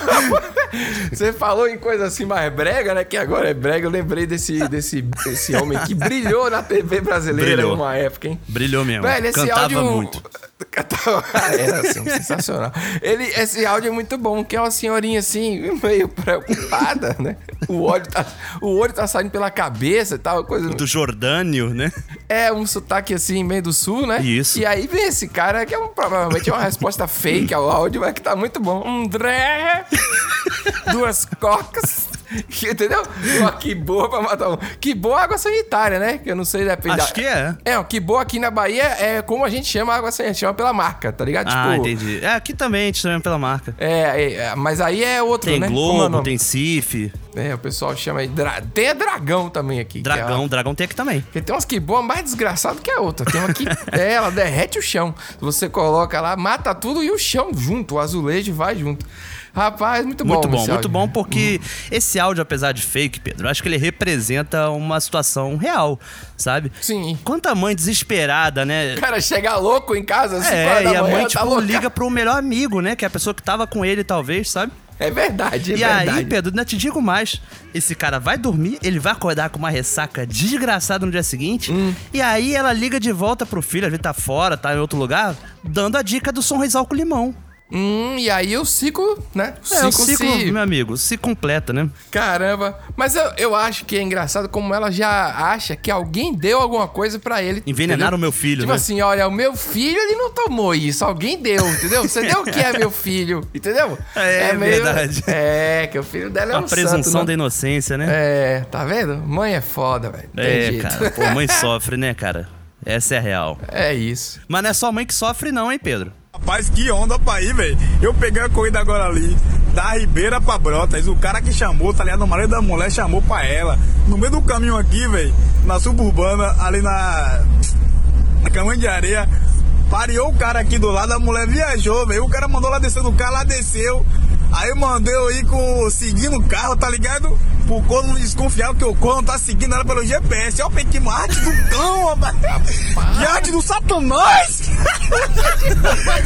[SPEAKER 2] Você falou em coisa assim mais brega, né? Que agora é brega. Eu lembrei desse, desse, desse homem que brilhou na TV brasileira
[SPEAKER 3] Brilhou.
[SPEAKER 2] em uma época, hein?
[SPEAKER 3] Brilhou mesmo.
[SPEAKER 2] Velho, esse
[SPEAKER 3] Cantava
[SPEAKER 2] áudio...
[SPEAKER 3] muito.
[SPEAKER 2] Cantava... Era assim, sensacional. Ele, esse áudio é muito bom, que é uma senhorinha assim, meio preocupada, né? O olho tá, o olho tá saindo pela cabeça e tal, coisa...
[SPEAKER 3] Do Jordânio, né?
[SPEAKER 2] É um sotaque assim, meio do sul, né?
[SPEAKER 3] Isso.
[SPEAKER 2] E aí vem esse cara, que é um- provavelmente é uma resposta fake ao áudio, mas que tá muito bom. André! Duas cocas. Entendeu? Ó, que boa pra matar um. Que boa água sanitária, né? Que eu não sei depende.
[SPEAKER 3] Acho que é.
[SPEAKER 2] É, o que boa aqui na Bahia é como a gente chama a água sanitária, chama pela marca, tá ligado?
[SPEAKER 3] Ah, entendi. É, aqui também, a gente chama pela é marca.
[SPEAKER 2] É, é, é, mas aí é outro,
[SPEAKER 3] Tem
[SPEAKER 2] né? Como é o
[SPEAKER 3] Globo,
[SPEAKER 2] nome?
[SPEAKER 3] tem Cif.
[SPEAKER 2] É, o pessoal chama aí. Dra... Tem a dragão também aqui. que é
[SPEAKER 3] Dragão,
[SPEAKER 2] a-
[SPEAKER 3] dragão tem aqui também.
[SPEAKER 2] Porque tem umas que boa mais desgraçada que a outra. Tem uma que é, ela derrete o chão. Você coloca lá, mata tudo e o chão junto, o azulejo vai junto. Rapaz, muito É bom.
[SPEAKER 3] Muito bom,
[SPEAKER 2] esse
[SPEAKER 3] muito
[SPEAKER 2] áudio. Uhum.
[SPEAKER 3] bom, porque esse áudio, apesar de fake, Pedro, acho que ele representa uma situação real, sabe?
[SPEAKER 2] Sim.
[SPEAKER 3] Quanta mãe desesperada, né?
[SPEAKER 2] O cara chega louco em casa, assim,
[SPEAKER 3] É, e a mãe,
[SPEAKER 2] tá
[SPEAKER 3] tipo,
[SPEAKER 2] louca.
[SPEAKER 3] liga pro melhor amigo, né? Que é a pessoa que tava com ele, talvez, sabe?
[SPEAKER 2] É verdade, é
[SPEAKER 3] E
[SPEAKER 2] verdade.
[SPEAKER 3] aí, Pedro, não te digo mais. Esse cara vai dormir, ele vai acordar com uma ressaca desgraçada no dia seguinte.
[SPEAKER 2] Hum.
[SPEAKER 3] E aí ela liga de volta pro filho, às vezes tá fora, tá em outro lugar, dando a dica do sonrisal com limão.
[SPEAKER 2] Hum, e aí o ciclo, né?
[SPEAKER 3] É, o ciclo,
[SPEAKER 2] se-
[SPEAKER 3] meu amigo, se completa, né?
[SPEAKER 2] Caramba. Mas eu, eu acho que é engraçado como ela já acha que alguém deu alguma coisa pra ele.
[SPEAKER 3] Envenenaram
[SPEAKER 2] entendeu?
[SPEAKER 3] o meu filho,
[SPEAKER 2] Tipo
[SPEAKER 3] né?
[SPEAKER 2] assim, olha, o meu filho, ele não tomou isso. Alguém deu, entendeu? Você deu o que é meu filho, entendeu?
[SPEAKER 3] É, verdade.
[SPEAKER 2] É, que o filho dela é
[SPEAKER 3] a
[SPEAKER 2] um
[SPEAKER 3] presunção
[SPEAKER 2] santo,
[SPEAKER 3] da
[SPEAKER 2] né?
[SPEAKER 3] inocência, né?
[SPEAKER 2] É, tá vendo? Mãe é foda, velho. Tem jeito.
[SPEAKER 3] cara. Pô, mãe sofre, né, cara? Essa é a real.
[SPEAKER 2] É isso.
[SPEAKER 3] Mas não é só mãe que sofre, não, hein, Pedro?
[SPEAKER 11] Rapaz, que onda pra ir, velho. Eu peguei a corrida agora ali, da Ribeira pra Brotas. O cara que chamou, tá ligado? O marido da mulher chamou pra ela. No meio do caminho aqui, velho, na suburbana, ali na. Na caminho de areia. Pareou o cara aqui do lado, a mulher viajou, velho. O cara mandou lá descer do carro, lá desceu. Aí mandou eu ir com, seguindo o carro, tá ligado? Pro corno não desconfiar que o corno tá seguindo ela pelo GPS. Ó, que arte do cão, rapaz. Que arte do satanás.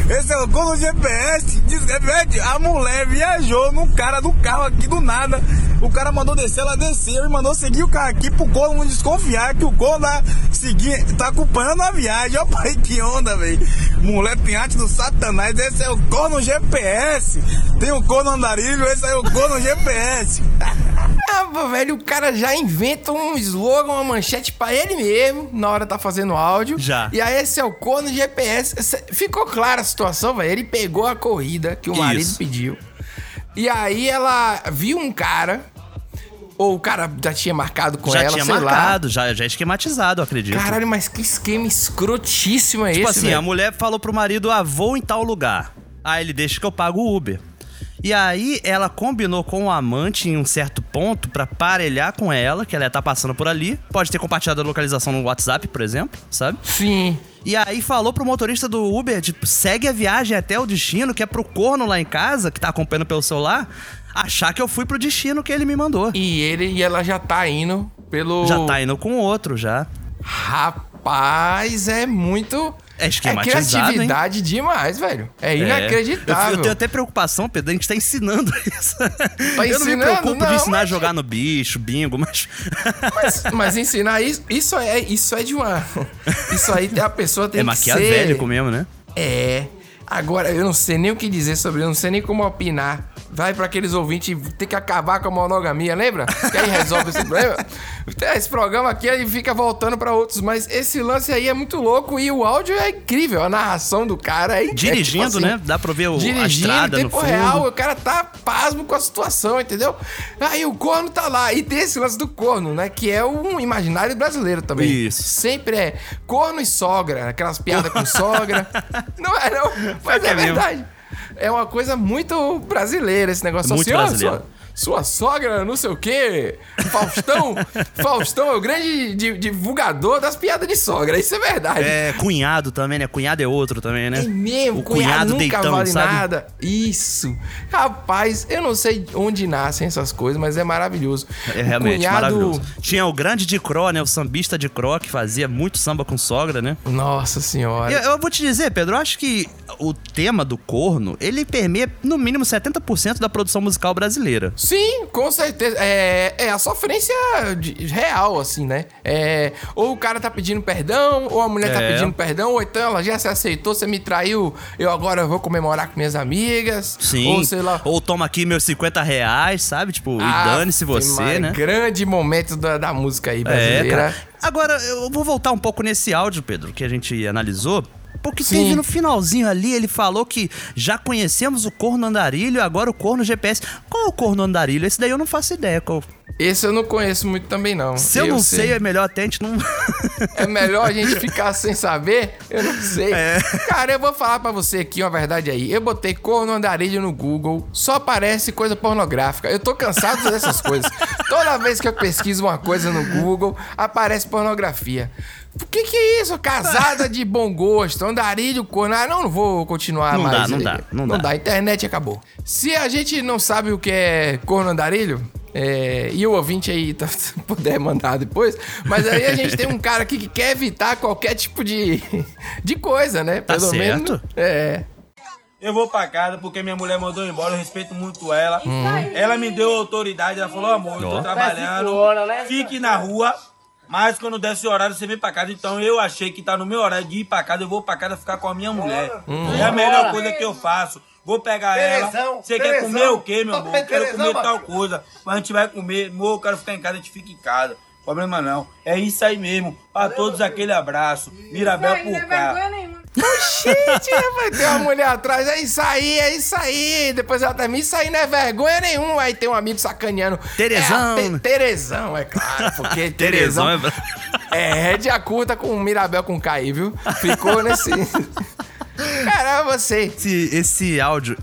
[SPEAKER 11] Esse é o gol do GPS. Diz, é, velho, a mulher viajou no cara do carro aqui do nada. O cara mandou descer, ela desceu e mandou seguir o carro aqui pro gol não desconfiar que o gol tá, seguir, tá acompanhando a viagem. Ó, pai, que onda, velho. Mulher tem arte do satanás. Esse é o gol no GPS. Tem o gol no andarilho, esse é o gol no GPS.
[SPEAKER 2] Ah, pô, velho, o cara já inventa um slogan, uma manchete pra ele mesmo, na hora tá fazendo áudio.
[SPEAKER 3] Já.
[SPEAKER 2] E aí esse é o corno GPS. Essa- é, Ficou clara a situação, velho. Ele pegou a corrida que o marido
[SPEAKER 3] Isso.
[SPEAKER 2] pediu. E aí ela viu um cara, ou o cara já tinha marcado com
[SPEAKER 3] já
[SPEAKER 2] ela,
[SPEAKER 3] tinha
[SPEAKER 2] sei
[SPEAKER 3] marcado, já, já é esquematizado, eu acredito.
[SPEAKER 2] lá. Caralho, mas que esquema escrotíssimo é
[SPEAKER 3] Tipo
[SPEAKER 2] esse,
[SPEAKER 3] assim,
[SPEAKER 2] velho?
[SPEAKER 3] a mulher falou pro marido, ah, vou em tal lugar. Aí ele deixa que eu pago o Uber. E aí ela combinou com o amante em um certo ponto pra parelhar com ela, que ela ia tá passando por ali. Pode ter compartilhado a localização no WhatsApp, por exemplo, sabe?
[SPEAKER 2] Sim.
[SPEAKER 3] E aí falou pro motorista do Uber, tipo, segue a viagem até o destino, que é pro corno lá em casa, que tá acompanhando pelo celular, achar que eu fui pro destino que ele me mandou.
[SPEAKER 2] E ele e ela já tá indo pelo...
[SPEAKER 3] Já tá indo com outro, já.
[SPEAKER 2] Rapaz, é muito...
[SPEAKER 3] É
[SPEAKER 2] É
[SPEAKER 3] esquematizado, hein?
[SPEAKER 2] criatividade demais, velho. É inacreditável.
[SPEAKER 3] Eu, eu tenho até preocupação, Pedro. A gente tá ensinando isso. eu não me
[SPEAKER 2] Tá ensinando?
[SPEAKER 3] preocupo
[SPEAKER 2] Não,
[SPEAKER 3] de ensinar
[SPEAKER 2] mas- é
[SPEAKER 3] a jogar no bicho, bingo, mas. É
[SPEAKER 2] Mas, mas ensinar isso, isso é, isso é de uma. Isso aí a pessoa tem
[SPEAKER 3] é
[SPEAKER 2] que ser.
[SPEAKER 3] maquiavélico mesmo, né?
[SPEAKER 2] É. Agora, eu não sei nem o que dizer sobre, eu não sei nem como opinar. Vai pra aqueles ouvintes tem que acabar com a monogamia, lembra? Que aí resolve esse problema. Esse programa aqui ele fica voltando pra outros, mas esse lance aí é muito louco e o áudio é incrível, a narração do cara é é tipo
[SPEAKER 3] Dirigindo,
[SPEAKER 2] assim,
[SPEAKER 3] né? Dá pra ver o, a
[SPEAKER 2] dirigindo
[SPEAKER 3] estrada
[SPEAKER 2] em
[SPEAKER 3] no
[SPEAKER 2] tempo
[SPEAKER 3] fundo.
[SPEAKER 2] real, o cara tá pasmo com a situação, entendeu? Aí o corno tá lá, e tem esse lance do corno, né? Que é um imaginário brasileiro também.
[SPEAKER 3] Isso.
[SPEAKER 2] Sempre é corno e sogra, aquelas piadas com sogra. Não é não, mas é,
[SPEAKER 3] é mesmo.
[SPEAKER 2] verdade. É uma coisa muito brasileira esse negócio.
[SPEAKER 3] Muito
[SPEAKER 2] Assim, ó,
[SPEAKER 3] brasileiro.
[SPEAKER 2] sua- Sua sogra, não sei o quê. Faustão. Faustão é o grande di- divulgador das piadas de sogra. Isso é verdade.
[SPEAKER 3] É, cunhado também, né? Cunhado é outro também, né?
[SPEAKER 2] É mesmo,
[SPEAKER 3] o
[SPEAKER 2] cunhado,
[SPEAKER 3] cunhado,
[SPEAKER 2] nunca
[SPEAKER 3] deitão,
[SPEAKER 2] vale
[SPEAKER 3] sabe?
[SPEAKER 2] nada. Isso. Rapaz, eu não sei onde nascem essas coisas, mas é maravilhoso.
[SPEAKER 3] É
[SPEAKER 2] O
[SPEAKER 3] realmente
[SPEAKER 2] cunhado-
[SPEAKER 3] maravilhoso. Tinha o grande de Cro, né? O sambista de Cro, que fazia muito samba com sogra, né?
[SPEAKER 2] Nossa
[SPEAKER 3] E
[SPEAKER 2] senhora.
[SPEAKER 3] Eu, eu vou te dizer, Pedro, eu acho que o tema do corno, ele permeia no mínimo 70% da produção musical brasileira.
[SPEAKER 2] Sim, com certeza. É, é a sofrência de- real, assim, né? É, ou o cara tá pedindo perdão, ou a mulher tá
[SPEAKER 3] É.
[SPEAKER 2] pedindo perdão, ou então ela já se aceitou, você me traiu, eu agora vou comemorar com minhas amigas.
[SPEAKER 3] Sim.
[SPEAKER 2] Ou sei lá. Ah,
[SPEAKER 3] Ou toma aqui meus 50 reais, sabe? Tipo, e dane-se você,
[SPEAKER 2] Maria,
[SPEAKER 3] né?
[SPEAKER 2] Grande momento da, da música aí
[SPEAKER 3] É,
[SPEAKER 2] brasileira.
[SPEAKER 3] cara. Agora, eu vou voltar um pouco nesse áudio, Pedro, que a gente analisou. Porque
[SPEAKER 2] Sim.
[SPEAKER 3] teve no finalzinho ali, ele falou que já conhecemos o corno andarilho, agora o corno GPS. Qual é o corno andarilho? Esse daí eu não faço ideia qual,
[SPEAKER 2] Esse eu não conheço muito também, não.
[SPEAKER 3] Se eu, não sei, é melhor até a gente não.
[SPEAKER 2] É melhor a gente ficar sem saber? Eu não sei.
[SPEAKER 3] É.
[SPEAKER 2] Cara, eu vou falar pra você aqui uma verdade aí. Eu botei corno andarilho no Google, só aparece coisa pornográfica. Eu tô cansado dessas coisas. Toda vez que eu pesquiso uma coisa no Google, aparece pornografia. O que que é isso? Casada de bom gosto, andarilho, corno. Ah, não, não vou continuar
[SPEAKER 3] Não dá,
[SPEAKER 2] mais.
[SPEAKER 3] não dá, não
[SPEAKER 2] Não
[SPEAKER 3] dá.
[SPEAKER 2] dá, a internet acabou. Se a gente não sabe o que é corno andarilho, é, e o ouvinte aí tá- puder mandar depois, mas aí a gente tem um cara aqui que quer evitar qualquer tipo de, de coisa, né?
[SPEAKER 3] Tá certo.
[SPEAKER 2] é.
[SPEAKER 12] Eu vou pra casa porque minha mulher mandou embora, eu respeito muito ela. Uhum.
[SPEAKER 2] Hum. aí.
[SPEAKER 12] Ela me deu autoridade, ela falou, amor, eu
[SPEAKER 3] Ó.
[SPEAKER 12] tô trabalhando,
[SPEAKER 13] né,
[SPEAKER 12] fique na rua, mas quando der seu horário você vem pra casa. Então eu achei que tá no meu horário de ir pra casa, eu vou pra casa ficar com a minha mulher.
[SPEAKER 13] Hum.
[SPEAKER 12] É a melhor
[SPEAKER 13] Bora.
[SPEAKER 12] coisa que eu faço. Vou pegar
[SPEAKER 13] Terezão,
[SPEAKER 12] ela. Você quer
[SPEAKER 13] Terezão.
[SPEAKER 12] comer o quê, meu
[SPEAKER 13] Tá
[SPEAKER 12] amor?
[SPEAKER 13] comendo
[SPEAKER 12] Quero
[SPEAKER 13] Terezão,
[SPEAKER 12] comer tal
[SPEAKER 13] Marcos?
[SPEAKER 12] coisa, mas a gente vai comer. Amor, eu quero ficar em casa, a gente fica em casa. Problema não. É isso aí mesmo. Pra todos aquele abraço. Mirabel
[SPEAKER 13] né?
[SPEAKER 12] por cá.
[SPEAKER 2] Oxente, vai ter uma mulher atrás, é isso aí, é isso aí. Depois ela termina, isso aí não é vergonha nenhuma. Aí tem um amigo sacaneando.
[SPEAKER 3] Terezão.
[SPEAKER 2] É, a Te- Terezão, é claro, porque
[SPEAKER 3] Terezão
[SPEAKER 2] Terezão...
[SPEAKER 3] é
[SPEAKER 2] É, de curta com o Mirabel com o Caí, viu? Ficou nesse... Caramba, você.
[SPEAKER 3] Esse, esse áudio.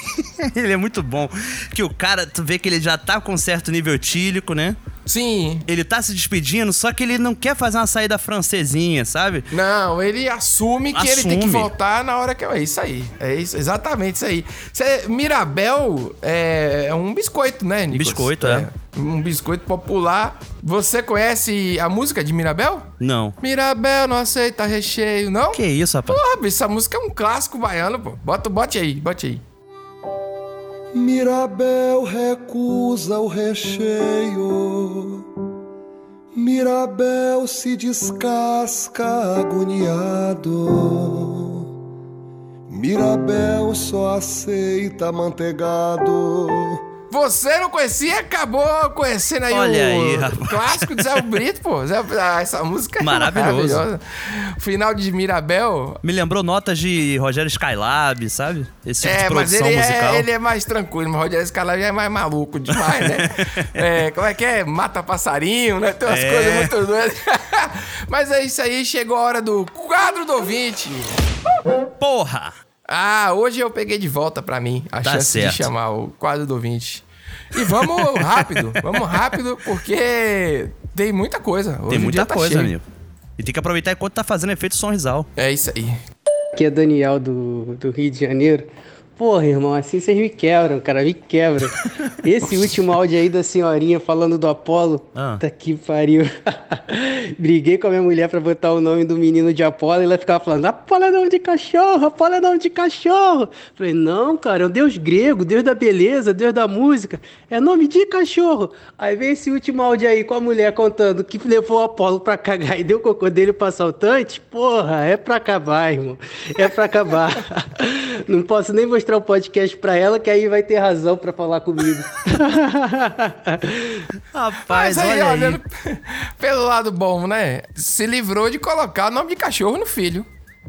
[SPEAKER 3] ele é muito bom. Que o cara, tu vê que ele já tá com um certo nível tílico, né?
[SPEAKER 2] Sim.
[SPEAKER 3] Ele tá se despedindo, só que ele não quer fazer uma saída francesinha, sabe?
[SPEAKER 2] Não, ele assume que ele tem que
[SPEAKER 3] Assume.
[SPEAKER 2] voltar na hora que. É isso aí. É isso, exatamente isso aí. Cê- Mirabel é, é um biscoito, né, Nicolas?
[SPEAKER 3] Biscoito, é.
[SPEAKER 2] Um biscoito popular. Você conhece a música de Mirabel?
[SPEAKER 3] Não.
[SPEAKER 2] Mirabel não aceita recheio, não?
[SPEAKER 3] Que isso, rapaz?
[SPEAKER 2] Porra, bicho, essa música é um clássico baiano, pô. Bota, bote aí, bote aí.
[SPEAKER 14] Mirabel recusa o recheio. Mirabel se descasca agoniado. Mirabel só aceita manteigado.
[SPEAKER 2] Você não conhecia, acabou conhecendo aí
[SPEAKER 14] Olha
[SPEAKER 2] o
[SPEAKER 14] aí, rapaz.
[SPEAKER 2] clássico de Zé Brito, pô. Zé- ah, essa música é
[SPEAKER 3] Maravilhoso.
[SPEAKER 2] maravilhosa. Final de Mirabel.
[SPEAKER 3] Me lembrou notas de Rogério Skylab, sabe? Esse tipo de produção
[SPEAKER 2] ele
[SPEAKER 3] musical.
[SPEAKER 2] É, ele é mais tranquilo, mas o Rogério Scalabrini é mais maluco demais, né? É, como é que é? Mata passarinho, né? Tem umas
[SPEAKER 3] É.
[SPEAKER 2] coisas muito doidas. mas é isso aí, chegou a hora do quadro do ouvinte. é-
[SPEAKER 3] Porra!
[SPEAKER 2] Ah, hoje eu peguei de volta pra mim a
[SPEAKER 3] Tá
[SPEAKER 2] chance
[SPEAKER 3] certo.
[SPEAKER 2] de chamar o quadro do ouvinte. E vamos rápido, vamos rápido, porque tem muita coisa. Hoje
[SPEAKER 3] Tem
[SPEAKER 2] o
[SPEAKER 3] muita
[SPEAKER 2] dia tá
[SPEAKER 3] coisa,
[SPEAKER 2] cheio.
[SPEAKER 3] amigo. E tem que aproveitar enquanto tá fazendo efeito sonrisal.
[SPEAKER 2] É isso aí.
[SPEAKER 15] Aqui é Daniel do, do Rio de Janeiro. Porra, irmão, assim vocês me quebram, cara, me quebram. Esse último áudio aí da senhorinha falando do Apolo, tá que pariu. Briguei com a minha mulher pra botar o nome do menino de Apolo e ela ficava falando, Apolo é nome de cachorro, Apolo é nome de cachorro. Falei, não, cara, é um deus grego, deus da beleza, deus da música, é nome de cachorro. Aí vem esse último áudio aí com a mulher contando que levou o Apolo pra cagar e deu o cocô dele pro assaltante, porra, é pra acabar, irmão, é pra acabar. Não posso nem mostrar o podcast pra ela, que aí vai ter razão pra falar comigo.
[SPEAKER 3] Rapaz, olha aí.
[SPEAKER 2] olhando pelo lado bom, né? Se livrou de colocar o nome de cachorro no filho.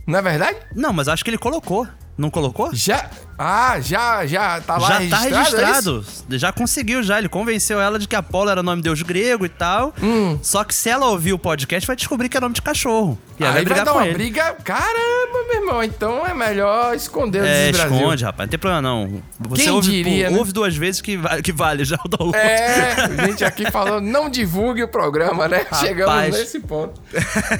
[SPEAKER 2] Não é verdade?
[SPEAKER 3] Não, mas acho que ele colocou. Não colocou?
[SPEAKER 2] Já. Ah, já, já tá lá
[SPEAKER 3] já
[SPEAKER 2] registrado.
[SPEAKER 3] tá
[SPEAKER 2] é
[SPEAKER 3] registrado.
[SPEAKER 2] isso?
[SPEAKER 3] já conseguiu, já. Ele convenceu ela de que Apolo era nome de deus grego e tal.
[SPEAKER 2] Hum.
[SPEAKER 3] Só que se ela ouvir o podcast, vai descobrir que é nome de cachorro. E ela
[SPEAKER 2] Aí vai
[SPEAKER 3] vai brigar
[SPEAKER 2] dar
[SPEAKER 3] com
[SPEAKER 2] uma
[SPEAKER 3] ele.
[SPEAKER 2] briga. Caramba, meu irmão. Então é melhor esconder
[SPEAKER 3] É,
[SPEAKER 2] o Brasil.
[SPEAKER 3] esconde, rapaz. Não tem problema, não. Você
[SPEAKER 2] Quem
[SPEAKER 3] ouve,
[SPEAKER 2] diria,
[SPEAKER 3] pô,
[SPEAKER 2] né?
[SPEAKER 3] ouve duas vezes que, va- que vale já o download.
[SPEAKER 2] É, a gente aqui falou, não divulgue o programa, né?
[SPEAKER 3] Rapaz.
[SPEAKER 2] Chegamos nesse ponto.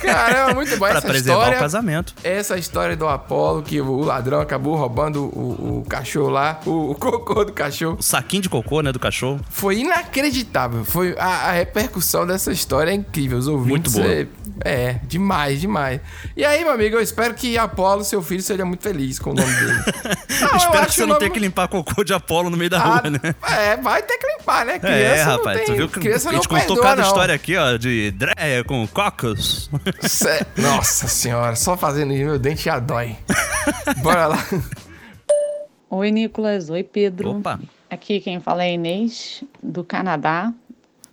[SPEAKER 2] Caramba, muito bom
[SPEAKER 3] Pra
[SPEAKER 2] essa
[SPEAKER 3] preservar
[SPEAKER 2] história.
[SPEAKER 3] o casamento.
[SPEAKER 2] Essa história do Apolo, que o ladrão acabou roubando o, o cachorro lá, o, o cocô do cachorro.
[SPEAKER 3] O saquinho de cocô, né, do cachorro.
[SPEAKER 2] Foi inacreditável. Foi a, a repercussão dessa história é incrível. Os ouvintes.
[SPEAKER 3] Muito boa.
[SPEAKER 2] É, é, demais, demais. E aí, meu amigo, eu espero que Apolo, seu filho, seja muito feliz com o nome dele. eu
[SPEAKER 3] Espero que
[SPEAKER 2] acho
[SPEAKER 3] você
[SPEAKER 2] o
[SPEAKER 3] não
[SPEAKER 2] nome-
[SPEAKER 3] tenha que limpar cocô de Apolo no meio da
[SPEAKER 2] Ah,
[SPEAKER 3] rua, né?
[SPEAKER 2] É, vai ter que limpar, né? Criança
[SPEAKER 3] É,
[SPEAKER 2] não
[SPEAKER 3] rapaz,
[SPEAKER 2] tem-
[SPEAKER 3] tu viu que
[SPEAKER 2] criança
[SPEAKER 3] a
[SPEAKER 2] não
[SPEAKER 3] gente contou
[SPEAKER 2] perdoa,
[SPEAKER 3] cada
[SPEAKER 2] não.
[SPEAKER 3] história aqui, ó, de Dreia com Cocos.
[SPEAKER 2] Cê- Nossa senhora, só fazendo isso, meu dente já dói. Bora lá.
[SPEAKER 16] Oi, Nicolas. Oi, Pedro.
[SPEAKER 3] Opa.
[SPEAKER 16] Aqui quem fala é Inês, do Canadá.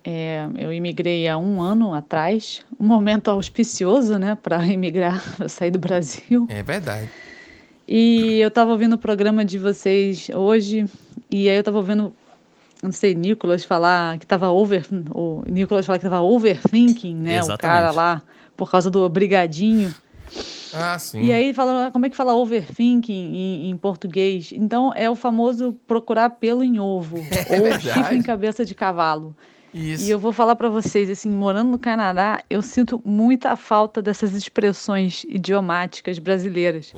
[SPEAKER 16] É, eu imigrei há um ano atrás, um momento auspicioso, né, para imigrar, pra sair do Brasil.
[SPEAKER 2] É verdade.
[SPEAKER 16] E eu estava ouvindo o programa de vocês hoje, e aí eu estava ouvindo não sei, Nicolas falar que tava over, o Nicolas falar que tava overthinking, né? O cara
[SPEAKER 2] Exatamente.
[SPEAKER 16] lá, por causa do obrigadinho.
[SPEAKER 2] Ah, sim.
[SPEAKER 16] E aí fala, como é que fala overthinking em, em português? Então é o famoso procurar pelo em ovo ou
[SPEAKER 2] é verdade.
[SPEAKER 16] chifre em cabeça de cavalo.
[SPEAKER 2] Isso.
[SPEAKER 16] E eu vou falar pra vocês assim, morando no Canadá, eu sinto muita falta dessas expressões idiomáticas brasileiras.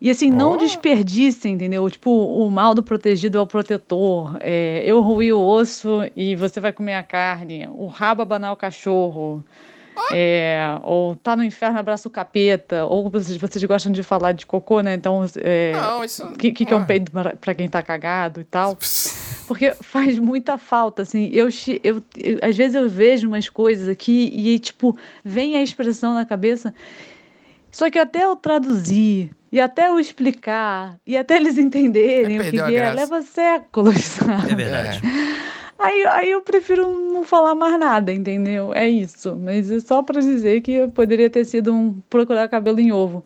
[SPEAKER 16] E assim, não desperdicem, entendeu? Tipo, o mal do protegido é o protetor. É, eu ruí o osso e você vai comer a carne. O rabo abanar o cachorro. É, ou tá no inferno, abraça o capeta. Ou vocês, vocês gostam de falar de cocô, né? Então, é,
[SPEAKER 2] Não, isso-
[SPEAKER 16] o que, que que é um
[SPEAKER 2] Ah.
[SPEAKER 16] peido pra pra quem tá cagado e tal? Porque faz muita falta, assim. Eu, che- eu, eu- às vezes eu vejo umas coisas aqui e, tipo, vem a expressão na cabeça. Só que até eu traduzir, e até eu explicar, e até eles entenderem o que,
[SPEAKER 13] perdeu a
[SPEAKER 16] que é,
[SPEAKER 13] graça.
[SPEAKER 16] leva séculos, sabe?
[SPEAKER 13] É verdade.
[SPEAKER 16] Aí, aí eu prefiro não falar mais nada, entendeu? É isso. Mas é só pra dizer que eu poderia ter sido um procurar cabelo em ovo.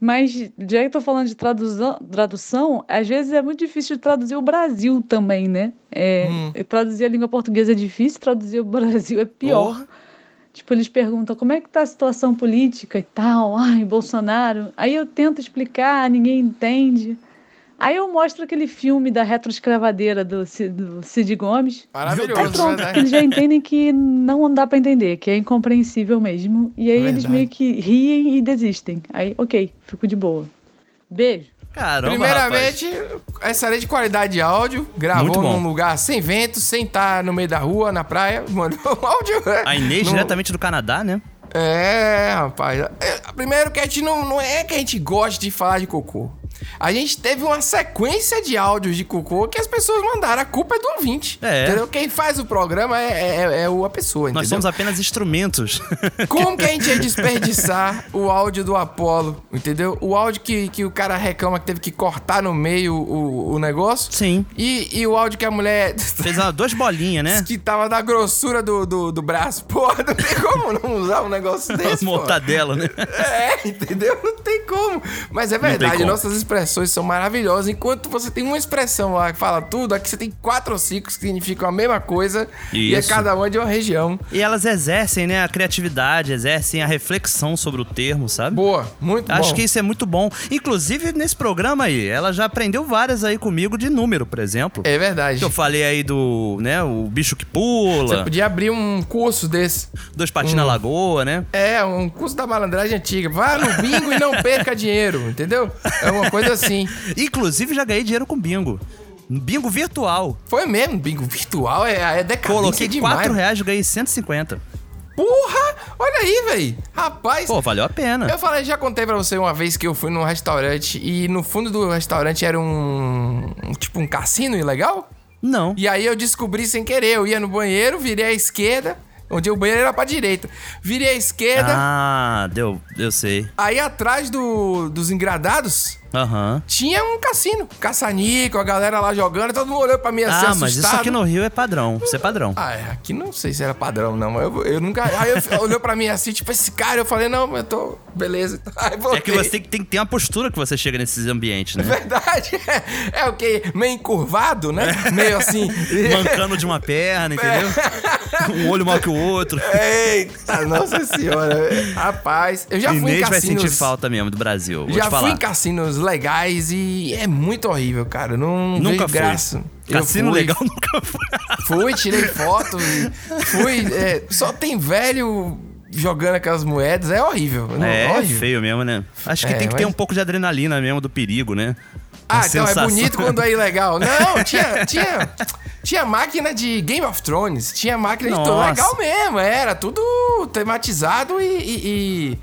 [SPEAKER 16] Mas já que eu tô falando de tradução, tradução, às vezes é muito difícil traduzir o Brasil também, né? É, Traduzir a língua portuguesa é difícil, traduzir o Brasil é pior. Tipo, eles perguntam como é que tá a situação política e tal, ai, Bolsonaro. Aí eu tento explicar, ninguém entende. Aí eu mostro aquele filme da retroescravadeira do Ci- do Cid Gomes.
[SPEAKER 2] Maravilhoso,
[SPEAKER 16] Aí Tá pronto,
[SPEAKER 2] né?
[SPEAKER 16] eles já entendem que não dá pra entender, que é incompreensível mesmo. E aí eles
[SPEAKER 2] Verdade.
[SPEAKER 16] meio que riem e desistem. Aí, ok, fico de boa. Beijo.
[SPEAKER 3] Caramba,
[SPEAKER 2] Primeiramente, excelente de qualidade de áudio.
[SPEAKER 3] Muito
[SPEAKER 2] Gravou
[SPEAKER 3] bom.
[SPEAKER 2] num lugar sem vento, sem estar no meio da rua, na praia. Mandou um áudio.
[SPEAKER 3] A Inês,
[SPEAKER 2] Não-
[SPEAKER 3] diretamente do Canadá, né?
[SPEAKER 2] É, rapaz. É, Primeiro que a gente não, não é que a gente goste de falar de cocô. A gente teve uma sequência de áudios de cocô que as pessoas mandaram. A culpa é do ouvinte.
[SPEAKER 3] É.
[SPEAKER 2] Entendeu? Quem faz o programa é, é, é o- a pessoa,
[SPEAKER 3] Nós
[SPEAKER 2] entendeu?
[SPEAKER 3] somos apenas instrumentos.
[SPEAKER 2] Como que a gente ia desperdiçar o áudio do Apollo, entendeu? O áudio que, que o cara reclama que teve que cortar no meio o, o negócio.
[SPEAKER 3] Sim.
[SPEAKER 2] E, e o áudio que a mulher.
[SPEAKER 3] Fez uma- duas bolinhas, né?
[SPEAKER 2] Que tava da grossura do, do, do braço. Porra, não tem como não usar um negócio desse. porra.
[SPEAKER 3] Mortadela, né?
[SPEAKER 2] É, entendeu? Não tem como. Mas é
[SPEAKER 3] Não tem
[SPEAKER 2] verdade,
[SPEAKER 3] como.
[SPEAKER 2] nossas expressões são maravilhosas. Enquanto você tem uma expressão lá que fala tudo, aqui você tem quatro ou cinco que significam a mesma coisa. E é
[SPEAKER 3] Isso.
[SPEAKER 2] cada uma de uma região.
[SPEAKER 3] E elas exercem, né, a criatividade, exercem a reflexão sobre o termo, sabe?
[SPEAKER 2] Boa, muito
[SPEAKER 3] Acho
[SPEAKER 2] bom.
[SPEAKER 3] que isso é muito bom. Inclusive, nesse programa aí, ela já aprendeu várias aí comigo de número, por exemplo.
[SPEAKER 2] É verdade.
[SPEAKER 3] Que eu falei aí do, né, o bicho que pula.
[SPEAKER 2] Você Hum. podia abrir um curso desse.
[SPEAKER 3] Dois patins na lagoa, né?
[SPEAKER 2] É, um curso da malandragem antiga. Vá no bingo e não perca dinheiro, entendeu? É uma coisa assim.
[SPEAKER 3] Inclusive, já ganhei dinheiro com bingo. Bingo virtual.
[SPEAKER 2] Foi mesmo, bingo virtual é, é decadência
[SPEAKER 3] Coloquei
[SPEAKER 2] demais.
[SPEAKER 3] 4 reais, ganhei 150.
[SPEAKER 2] Porra! Olha aí, velho. Rapaz.
[SPEAKER 3] Pô, valeu a pena.
[SPEAKER 2] Eu falei, já contei pra você uma vez que eu fui num restaurante e no fundo do restaurante era um. um- tipo um cassino ilegal?
[SPEAKER 3] Não.
[SPEAKER 2] E aí eu descobri sem querer. Eu ia no banheiro, virei à esquerda. Onde o banheiro era pra direita. Virei à esquerda.
[SPEAKER 3] Ah, deu, eu sei.
[SPEAKER 2] Aí atrás do- dos engradados
[SPEAKER 3] Aham.
[SPEAKER 2] tinha um cassino. Caçanico, a galera lá jogando, todo mundo olhou pra mim assim,
[SPEAKER 3] Ah,
[SPEAKER 2] assustado.
[SPEAKER 3] mas isso aqui no Rio é padrão. Isso é padrão.
[SPEAKER 2] Ah, é, aqui não sei se era padrão, não. Eu, eu nunca. Aí eu- olhou pra mim assim, tipo, esse cara, eu falei, não, eu tô. Beleza. Aí voltei.
[SPEAKER 3] É que você tem que, tem que ter uma postura que você chega nesses ambientes, né?
[SPEAKER 2] Verdade. É o que Meio encurvado, né? Meio assim.
[SPEAKER 3] Mancando de uma perna, entendeu? Um olho maior que o outro.
[SPEAKER 2] Eita, nossa senhora. Rapaz, eu já fui em
[SPEAKER 3] Inês vai
[SPEAKER 2] cassinos.
[SPEAKER 3] sentir falta mesmo do Brasil. Vou
[SPEAKER 2] já
[SPEAKER 3] te
[SPEAKER 2] fui
[SPEAKER 3] falar.
[SPEAKER 2] em cassinos legais e é muito horrível, cara. Não
[SPEAKER 3] Nunca
[SPEAKER 2] vejo
[SPEAKER 3] fui.
[SPEAKER 2] graça. Eu
[SPEAKER 3] Cassino
[SPEAKER 2] fui.
[SPEAKER 3] legal nunca
[SPEAKER 2] Fui, tirei foto, fui. é, só tem velho jogando aquelas moedas, é horrível. Não,
[SPEAKER 3] é, é
[SPEAKER 2] horrível.
[SPEAKER 3] feio mesmo, né? Acho que
[SPEAKER 2] É,
[SPEAKER 3] tem que ter
[SPEAKER 2] mas-
[SPEAKER 3] um pouco de adrenalina mesmo do perigo, né?
[SPEAKER 2] Ah,
[SPEAKER 3] Uma
[SPEAKER 2] então é
[SPEAKER 3] sensação.
[SPEAKER 2] bonito quando é ilegal. Não, tinha, tinha, tinha máquina de Game of Thrones, tinha máquina de tudo
[SPEAKER 3] Nossa.
[SPEAKER 2] legal mesmo, era tudo tematizado e. e- e-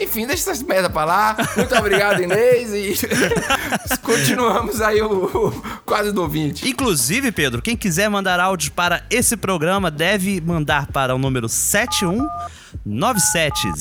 [SPEAKER 2] enfim, deixa essas merda pra lá. Muito obrigado, Inês. E continuamos aí o, o quadro do ouvinte.
[SPEAKER 3] Inclusive, Pedro, quem quiser mandar áudios para esse programa um, deve mandar para o número 71 9700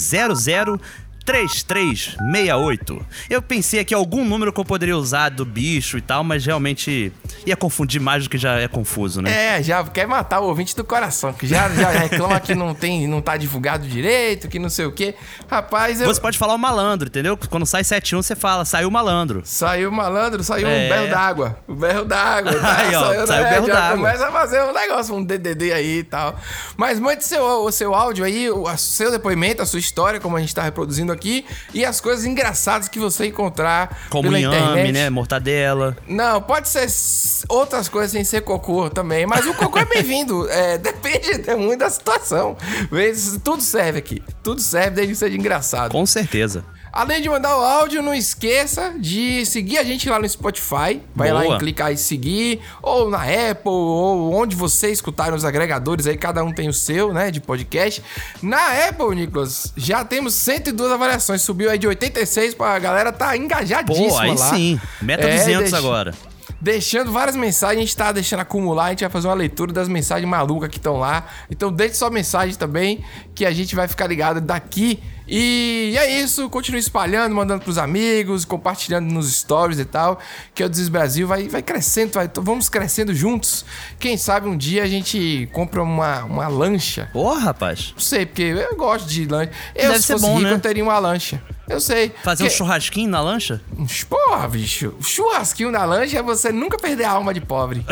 [SPEAKER 3] 3368. Eu pensei aqui algum número que eu poderia usar do bicho e tal, mas realmente ia confundir mais do que já é confuso, né?
[SPEAKER 2] É, já quer matar o ouvinte do coração, que já, já reclama que não tem, não tá divulgado direito, que não sei o quê. Rapaz, eu...
[SPEAKER 3] Você pode falar o malandro, entendeu? Quando sai 71, você fala, saiu o malandro.
[SPEAKER 2] Saiu o malandro, saiu
[SPEAKER 3] É.
[SPEAKER 2] um berro d'água. O berro d'água. tá?
[SPEAKER 3] Aí, ó,
[SPEAKER 2] Saiu,
[SPEAKER 3] saiu o
[SPEAKER 2] é,
[SPEAKER 3] berro
[SPEAKER 2] já
[SPEAKER 3] d'água.
[SPEAKER 2] Começa a fazer um negócio, um DDD aí e tal. Mas mande seu, o seu áudio aí, o a- seu depoimento, a sua história, como a gente tá reproduzindo aqui, e as coisas engraçadas que você encontrar
[SPEAKER 3] Como
[SPEAKER 2] pela
[SPEAKER 3] inhame,
[SPEAKER 2] internet.
[SPEAKER 3] né? Mortadela.
[SPEAKER 2] Não, pode ser s- outras coisas sem ser cocô também, mas o cocô é bem-vindo. É, depende é muito da situação. Vezes- Tudo serve aqui. Tudo serve, desde que seja engraçado.
[SPEAKER 3] Com certeza.
[SPEAKER 2] Além de mandar o áudio, não esqueça de seguir a gente lá no Spotify. Vai
[SPEAKER 3] Boa.
[SPEAKER 2] lá e clicar em seguir. Ou na Apple, ou onde você escutar nos agregadores aí, cada um tem o seu, né? De podcast. Na Apple, Nicolas, já temos 102 avaliações. Subiu aí de 86 pra galera tá engajadíssima
[SPEAKER 3] Pô, aí
[SPEAKER 2] lá.
[SPEAKER 3] sim. Meta
[SPEAKER 2] É,
[SPEAKER 3] 200
[SPEAKER 2] deixa-
[SPEAKER 3] agora.
[SPEAKER 2] Deixando várias mensagens, a gente tá deixando acumular, a gente vai fazer uma leitura das mensagens malucas que estão lá. Então deixe sua mensagem também, que a gente vai ficar ligado daqui. E é isso, continue espalhando, mandando pros amigos, compartilhando nos stories e tal, que é o Desis Brasil vai, vai crescendo, vai- vamos crescendo juntos. Quem sabe um dia a gente compra uma, uma lancha.
[SPEAKER 3] Ô, rapaz.
[SPEAKER 2] Não sei, porque eu gosto de lancha. Eu,
[SPEAKER 3] Deve
[SPEAKER 2] se
[SPEAKER 3] ser
[SPEAKER 2] fosse
[SPEAKER 3] bom,
[SPEAKER 2] rico,
[SPEAKER 3] né?
[SPEAKER 2] eu teria uma lancha. Eu sei.
[SPEAKER 3] Fazer um
[SPEAKER 2] Que-
[SPEAKER 3] churrasquinho na lancha?
[SPEAKER 2] Porra, bicho. Churrasquinho na lancha é você nunca perder a alma de pobre.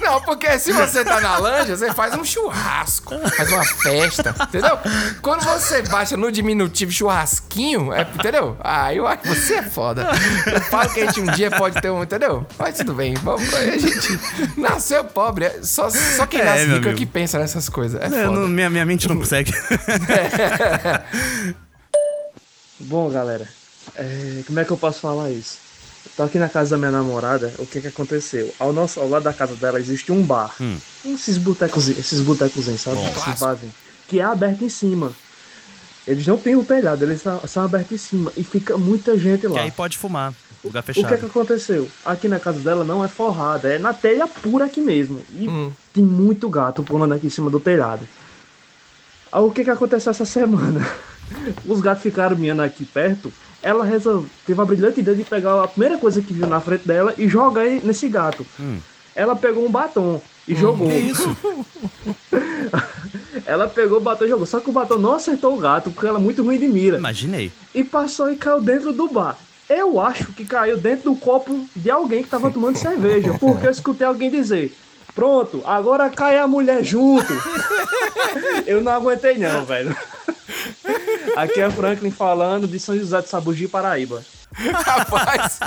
[SPEAKER 2] Não, porque se você tá na lancha, você faz um churrasco, faz uma festa, entendeu? Quando você baixa no diminutivo churrasquinho, é, entendeu? Ah, eu acho que você é foda. Eu falo que a gente um dia pode ter um, entendeu? Mas tudo bem, vamos, a gente nasceu pobre. é- Só, só quem
[SPEAKER 3] É,
[SPEAKER 2] nasce
[SPEAKER 3] meu
[SPEAKER 2] rico é
[SPEAKER 3] amigo.
[SPEAKER 2] que pensa nessas coisas. É
[SPEAKER 3] Eu
[SPEAKER 2] foda.
[SPEAKER 3] não- minha, minha mente não consegue.
[SPEAKER 13] Bom, galera, é, como é que eu posso falar isso? Eu tô aqui na casa da minha namorada, o que que aconteceu? Ao, nosso, ao lado da casa dela existe um bar. Esses botecos, esses botecozinhos, sabe?
[SPEAKER 17] Bom,
[SPEAKER 13] que se
[SPEAKER 17] clássico.
[SPEAKER 13] fazem. Que é aberto em cima. Eles não têm o telhado, eles são, são abertos em cima. E fica muita gente
[SPEAKER 3] que
[SPEAKER 13] lá.
[SPEAKER 3] aí pode fumar. Lugar
[SPEAKER 13] O que,
[SPEAKER 17] Tá.
[SPEAKER 3] fechado.
[SPEAKER 13] é que aconteceu? Aqui na casa dela não é forrada, é na telha pura aqui mesmo. E
[SPEAKER 17] Hum.
[SPEAKER 13] tem muito gato pulando aqui em cima do telhado. Aí o que, que aconteceu essa semana? Os gatos ficaram miando aqui perto. Ela resolveu, teve a brilhante ideia de pegar a primeira coisa que viu na frente dela e jogar aí nesse gato. Ela pegou um batom e jogou.
[SPEAKER 3] Hum. que isso?
[SPEAKER 13] ela pegou o batom e jogou. Só que o batom não acertou o gato, porque ela é muito ruim de mira
[SPEAKER 3] Imaginei.
[SPEAKER 13] e passou e caiu dentro do bar. Eu acho que caiu dentro do copo de alguém que tava tomando cerveja, porque eu escutei alguém dizer: Pronto, agora cai a mulher junto. eu não aguentei, não, velho. Aqui é Franklin falando de São José de Sabugi, Paraíba.
[SPEAKER 2] Rapaz,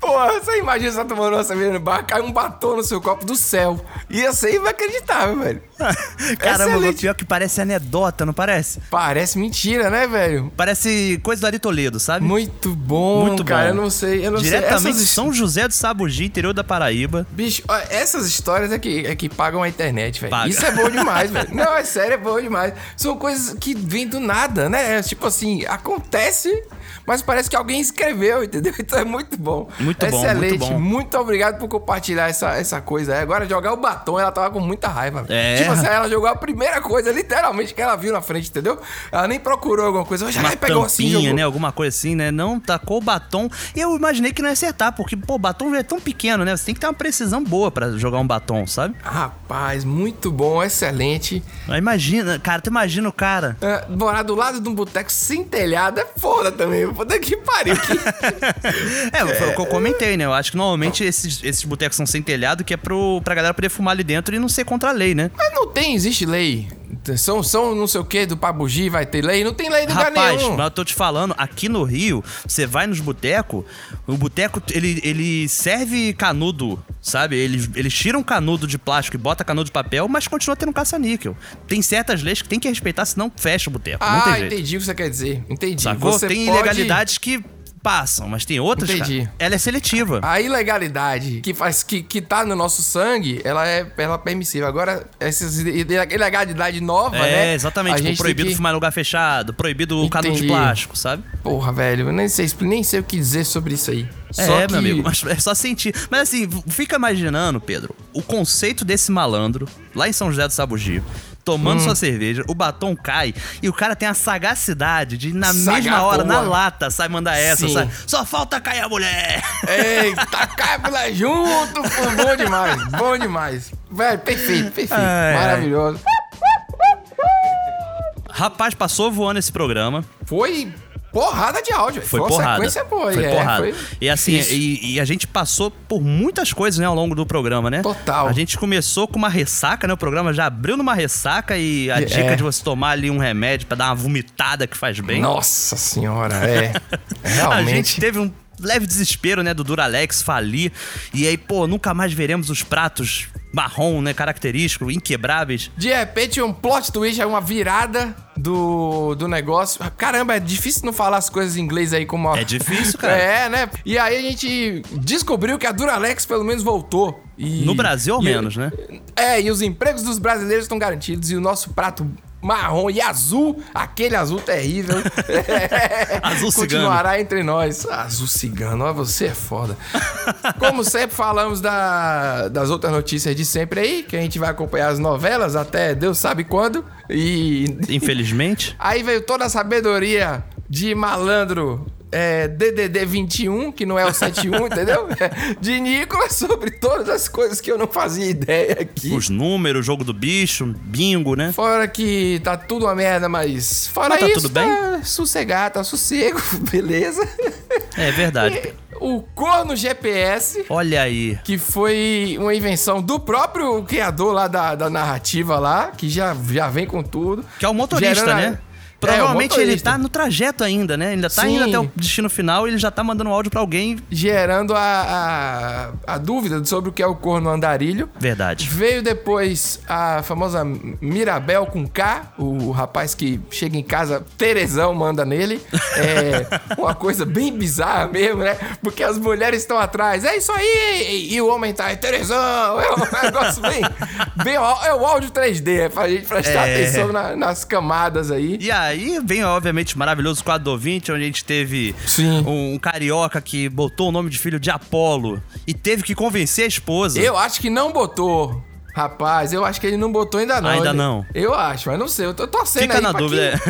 [SPEAKER 2] porra, você imagina você tá tomando uma cerveja no bar, cai um batom no seu copo do céu. Ia ser inacreditável, velho.
[SPEAKER 3] Caramba,
[SPEAKER 2] Excelente.
[SPEAKER 3] o pior que parece anedota, não parece?
[SPEAKER 2] Parece mentira, né, velho?
[SPEAKER 3] Parece coisa do Ari Toledo, sabe?
[SPEAKER 2] Muito bom,
[SPEAKER 3] Muito
[SPEAKER 2] cara,
[SPEAKER 3] bom.
[SPEAKER 2] eu não sei, eu não sei.
[SPEAKER 3] Diretamente
[SPEAKER 2] Essas
[SPEAKER 3] de
[SPEAKER 2] his-
[SPEAKER 3] São José do Sabugi, interior da Paraíba.
[SPEAKER 2] Bicho, ó, essas histórias é que, é que pagam a internet, velho.
[SPEAKER 3] Paga.
[SPEAKER 2] Isso é bom demais, velho. Não, é sério, é bom demais. São coisas que vêm do nada, né? É, tipo assim, acontece, mas parece que alguém escreveu, entendeu? Então é muito bom.
[SPEAKER 3] Muito bom, muito
[SPEAKER 2] Excelente.
[SPEAKER 3] bom.
[SPEAKER 2] obrigado por compartilhar essa, essa coisa aí. Agora, jogar o batom, ela tava com muita raiva. velho.
[SPEAKER 3] É.
[SPEAKER 2] Tipo assim, ela jogou a primeira coisa, literalmente, que ela viu na frente, entendeu? Ela nem procurou alguma coisa. Já
[SPEAKER 3] Uma
[SPEAKER 2] pegou assim, jogou.
[SPEAKER 3] tampinha, né? Alguma coisa assim, né? Não tacou o batom. E eu imaginei que não ia acertar, porque, pô, o batom já é tão pequeno, né? Você tem que ter uma precisão boa pra jogar um batom, sabe?
[SPEAKER 2] Rapaz, muito bom, excelente.
[SPEAKER 3] Imagina, cara, tu imagina o cara.
[SPEAKER 2] É, morar do lado de um boteco sem telhado é foda também. Puta que pariu. que-
[SPEAKER 3] É, foi o que eu comentei, né? Eu acho que normalmente esses, esses botecos são sem telhado, que é pro, pra galera poder fumar ali dentro e não ser contra a lei, né?
[SPEAKER 2] Mas não tem, existe lei. São, são não sei o que do Pabugi, vai ter lei. Não tem lei do lugar
[SPEAKER 3] Rapaz,
[SPEAKER 2] nenhum.
[SPEAKER 3] mas eu tô te falando, aqui no Rio, você vai nos botecos, o boteco, ele, ele serve canudo, sabe? Eles, eles tiram canudo de plástico e bota canudo de papel, mas continua tendo caça-níquel. Tem certas leis que tem que respeitar, senão fecha o boteco. não tem
[SPEAKER 2] Ah,
[SPEAKER 3] jeito.
[SPEAKER 2] entendi o que você quer dizer. Entendi.
[SPEAKER 3] Sacou?
[SPEAKER 2] Você
[SPEAKER 3] tem
[SPEAKER 2] pode-
[SPEAKER 3] ilegalidades que passam, mas tem outras,
[SPEAKER 2] Entendi. Ah,
[SPEAKER 3] cara, ela é seletiva.
[SPEAKER 2] A ilegalidade que faz que, que tá no nosso sangue, ela é, ela é permissiva. Agora, essa ilegalidade nova,
[SPEAKER 3] é,
[SPEAKER 2] né?
[SPEAKER 3] exatamente. Tipo, proibido
[SPEAKER 2] fumar.
[SPEAKER 3] fumar em lugar fechado, proibido o canudo de
[SPEAKER 2] Entendi.
[SPEAKER 3] plástico, sabe?
[SPEAKER 2] Porra, velho, eu nem sei, nem sei o que dizer sobre isso aí. Só
[SPEAKER 3] é,
[SPEAKER 2] que-
[SPEAKER 3] meu amigo, mas é só sentir. Mas assim, v- fica imaginando, Pedro, o conceito desse malandro lá em São José do Sabugi. tomando
[SPEAKER 2] Hum.
[SPEAKER 3] sua cerveja, o batom cai e o cara tem a sagacidade de, na
[SPEAKER 2] Sagar
[SPEAKER 3] mesma hora, na
[SPEAKER 2] boa.
[SPEAKER 3] lata, sai mandar essa,
[SPEAKER 2] Sim.
[SPEAKER 3] sai. Só falta cair a mulher!
[SPEAKER 2] Eita, cabra junto! Pô, bom demais, bom demais. Velho, perfeito, perfeito.
[SPEAKER 3] Ai, ai.
[SPEAKER 2] maravilhoso.
[SPEAKER 3] Rapaz, passou voando esse programa.
[SPEAKER 2] Foi porrada de áudio. Foi
[SPEAKER 3] Foi,
[SPEAKER 2] uma
[SPEAKER 3] porrada.
[SPEAKER 2] sequência boa,
[SPEAKER 3] Foi
[SPEAKER 2] é,
[SPEAKER 3] porrada.
[SPEAKER 2] foi
[SPEAKER 3] e assim,
[SPEAKER 2] difícil.
[SPEAKER 3] e, e a gente passou por muitas coisas, né, ao longo do programa, né? Total. A gente começou com uma ressaca, né? O programa já abriu numa ressaca e a
[SPEAKER 2] É.
[SPEAKER 3] dica de você tomar ali um remédio pra dar uma vomitada que faz bem.
[SPEAKER 2] Nossa senhora, é.
[SPEAKER 3] A
[SPEAKER 2] Realmente.
[SPEAKER 3] gente teve um leve desespero, né, do Duralex falir. E aí, pô, nunca mais veremos os pratos marrom, né, característico, inquebráveis.
[SPEAKER 2] De repente, um plot twist, é uma virada do, do negócio. Caramba, é difícil não falar as coisas em inglês aí como a... É
[SPEAKER 3] difícil, cara.
[SPEAKER 2] É, né? E aí a gente descobriu que a Duralex pelo menos voltou. E-
[SPEAKER 3] No Brasil, ao
[SPEAKER 2] e-
[SPEAKER 3] menos, né?
[SPEAKER 2] É, e os empregos dos brasileiros estão garantidos e o nosso prato marrom e azul, aquele azul terrível,
[SPEAKER 3] Azul
[SPEAKER 2] continuará entre nós. Azul cigano, ó, você é foda. Como sempre, falamos da- das outras notícias de sempre aí, que a gente vai acompanhar as novelas até Deus sabe quando. E
[SPEAKER 3] Infelizmente.
[SPEAKER 2] aí veio toda a sabedoria de malandro. é, DDD 21, que não é o 71, entendeu? De Nicolas sobre todas as coisas que eu não fazia ideia aqui.
[SPEAKER 3] Os números, o jogo do bicho, bingo, né?
[SPEAKER 2] Fora que tá tudo uma merda, mas fora
[SPEAKER 3] Mas tá
[SPEAKER 2] isso,
[SPEAKER 3] tudo bem?
[SPEAKER 2] tá sossegado, tá sossego, beleza?
[SPEAKER 3] É verdade.
[SPEAKER 2] O corno GPS,
[SPEAKER 3] Olha aí.
[SPEAKER 2] que foi uma invenção do próprio criador lá da, da narrativa lá, que já, já vem com tudo.
[SPEAKER 3] Que é o motorista, né? Provavelmente ele tá no trajeto ainda, né? Ainda tá indo
[SPEAKER 2] é, Sim.
[SPEAKER 3] até o destino final e ele já tá mandando um áudio pra alguém.
[SPEAKER 2] Gerando a, a, a dúvida sobre o que é o corno andarilho.
[SPEAKER 3] Verdade.
[SPEAKER 2] Veio depois a famosa Mirabel com K, o rapaz que chega em casa, Terezão manda nele. É uma coisa bem bizarra mesmo, né? Porque as mulheres estão atrás, é isso aí! E o homem tá, é Terezão! É um negócio bem. bem ó- é o áudio 3D, é pra gente prestar
[SPEAKER 3] É.
[SPEAKER 2] atenção na- nas camadas aí.
[SPEAKER 3] E aí vem, obviamente, o maravilhoso quadro do ouvinte, onde a gente teve Um, um carioca que botou o nome de filho de Apolo e teve que convencer a esposa.
[SPEAKER 2] Eu acho que não botou. Rapaz, eu acho que ele não botou ainda não.
[SPEAKER 3] Ainda
[SPEAKER 2] ele-
[SPEAKER 3] não.
[SPEAKER 2] Eu acho, mas não sei. Eu tô torcendo
[SPEAKER 3] Fica
[SPEAKER 2] aí
[SPEAKER 3] na
[SPEAKER 2] pra
[SPEAKER 3] dúvida.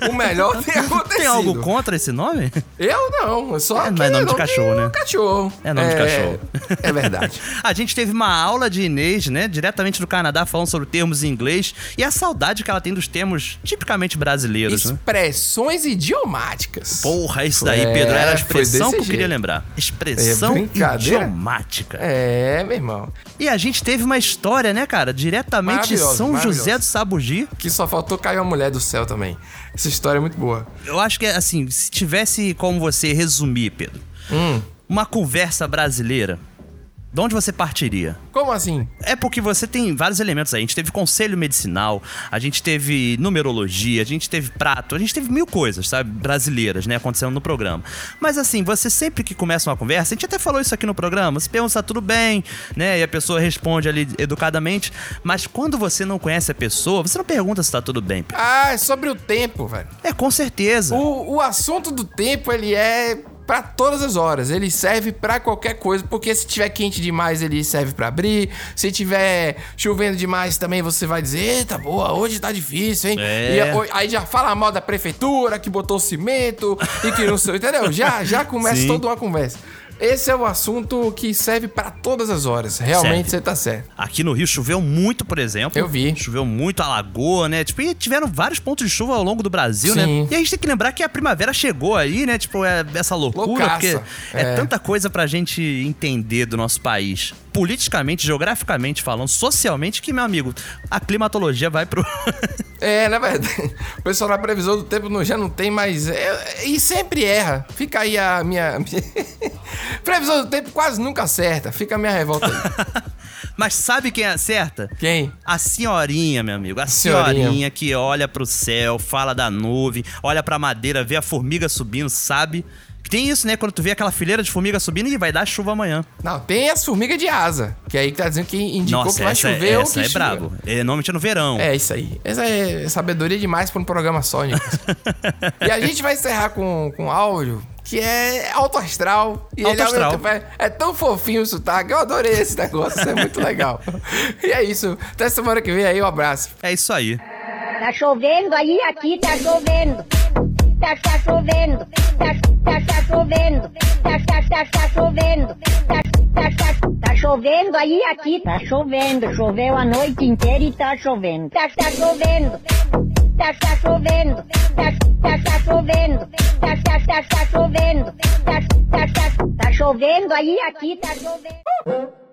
[SPEAKER 2] que O melhor tenha acontecido.
[SPEAKER 3] Tem algo contra esse nome?
[SPEAKER 2] Eu não, eu só.
[SPEAKER 3] É, mas é nome de cachorro, né?
[SPEAKER 2] Cachorro.
[SPEAKER 3] É nome de cachorro.
[SPEAKER 2] É verdade.
[SPEAKER 3] A gente teve uma aula de Inês, né? Diretamente do Canadá, falando sobre termos em inglês e a saudade que ela tem dos termos tipicamente brasileiros, né?
[SPEAKER 2] Expressões idiomáticas.
[SPEAKER 3] Porra, isso daí, Pedro, era a expressão que eu queria lembrar.
[SPEAKER 2] É
[SPEAKER 3] Expressão
[SPEAKER 2] brincadeira?
[SPEAKER 3] idiomática.
[SPEAKER 2] É, meu irmão.
[SPEAKER 3] E a gente teve uma história, né, cara? Diretamente de
[SPEAKER 2] Maravilhoso,
[SPEAKER 3] São
[SPEAKER 2] maravilhoso.
[SPEAKER 3] José do Sabugi.
[SPEAKER 2] Que só faltou cair uma mulher do céu também. Essa história é muito boa.
[SPEAKER 3] Eu acho que, assim, se tivesse como você resumir, Pedro,
[SPEAKER 2] Hum.
[SPEAKER 3] uma conversa brasileira, de onde você partiria?
[SPEAKER 2] Como assim?
[SPEAKER 3] É porque você tem vários elementos aí. A gente teve conselho medicinal, a gente teve numerologia, a gente teve prato, a gente teve mil coisas, sabe? Brasileiras, né? Acontecendo no programa. Mas assim, você sempre que começa uma conversa, a gente até falou isso aqui no programa, você pergunta se tá tudo bem, né? E a pessoa responde ali educadamente. Mas quando você não conhece a pessoa, você não pergunta se tá tudo bem.
[SPEAKER 2] Ah, é sobre o tempo, velho.
[SPEAKER 3] É, com certeza.
[SPEAKER 2] O, o assunto do tempo, ele é pra todas as horas. Ele serve pra qualquer coisa, porque se tiver quente demais, ele serve pra abrir. Se tiver chovendo demais também, você vai dizer, eita, boa, hoje tá difícil, hein?
[SPEAKER 3] É.
[SPEAKER 2] E a- o- aí já fala mal da prefeitura, que botou cimento e que não sei, entendeu? Já, já começa
[SPEAKER 3] Sim.
[SPEAKER 2] toda uma conversa. Esse é o assunto que serve pra todas as horas. Realmente
[SPEAKER 3] Serve.
[SPEAKER 2] você tá certo.
[SPEAKER 3] Aqui no Rio choveu muito, por exemplo.
[SPEAKER 2] Eu vi.
[SPEAKER 3] Choveu muito, alagou, né? Tipo, e tiveram vários pontos de chuva ao longo do Brasil,
[SPEAKER 2] Sim.
[SPEAKER 3] né? E a gente tem que lembrar que a primavera chegou aí, né? Tipo, é essa loucura,
[SPEAKER 2] Loucaça.
[SPEAKER 3] porque é,
[SPEAKER 2] É.
[SPEAKER 3] tanta coisa pra gente entender do nosso país. Politicamente, geograficamente falando, socialmente, que, meu amigo, a climatologia vai pro.
[SPEAKER 2] É, na verdade, o pessoal na previsão do tempo não- já não tem mais. é, e sempre erra. Fica aí a minha. previsão do tempo quase nunca acerta. Fica a minha revolta aí.
[SPEAKER 3] Mas sabe quem acerta?
[SPEAKER 2] Quem?
[SPEAKER 3] A senhorinha, meu amigo. A
[SPEAKER 2] Senhorinha.
[SPEAKER 3] senhorinha, que olha pro céu, fala da nuvem, olha pra madeira, vê a formiga subindo, sabe? Tem isso, né? Quando tu vê aquela fileira de formiga subindo e vai dar chuva amanhã.
[SPEAKER 2] Não, tem as formigas de asa. Que aí que tá dizendo que indicou
[SPEAKER 3] Nossa,
[SPEAKER 2] que vai
[SPEAKER 3] essa,
[SPEAKER 2] chover
[SPEAKER 3] é,
[SPEAKER 2] ou
[SPEAKER 3] essa
[SPEAKER 2] que
[SPEAKER 3] é
[SPEAKER 2] chega.
[SPEAKER 3] brabo. É, normalmente é no verão.
[SPEAKER 2] É isso aí. Essa é sabedoria demais pra um programa só, Nicolas. E a gente vai encerrar com, com áudio que é alto astral. E ele
[SPEAKER 3] Alto
[SPEAKER 2] ao mesmo
[SPEAKER 3] astral.
[SPEAKER 2] tempo, é, é tão fofinho o sotaque. Eu adorei esse negócio, isso é muito legal. E é isso. Até semana que vem aí, um abraço.
[SPEAKER 3] É isso aí.
[SPEAKER 16] Tá chovendo aí, aqui tá chovendo. Tá, tá chovendo. Tá, tá, tá chovendo. Tá, tá, tá, tá chovendo. Tá, tá, tá, tá chovendo aí, aqui tá chovendo. Choveu a noite inteira e tá chovendo. Tá, tá chovendo. Tá, tá chovendo. Tá, tá, tá chovendo. Tá, tá, tá, tá chovendo. Tá, tá, tá, tá chovendo aí, aqui tá chovendo.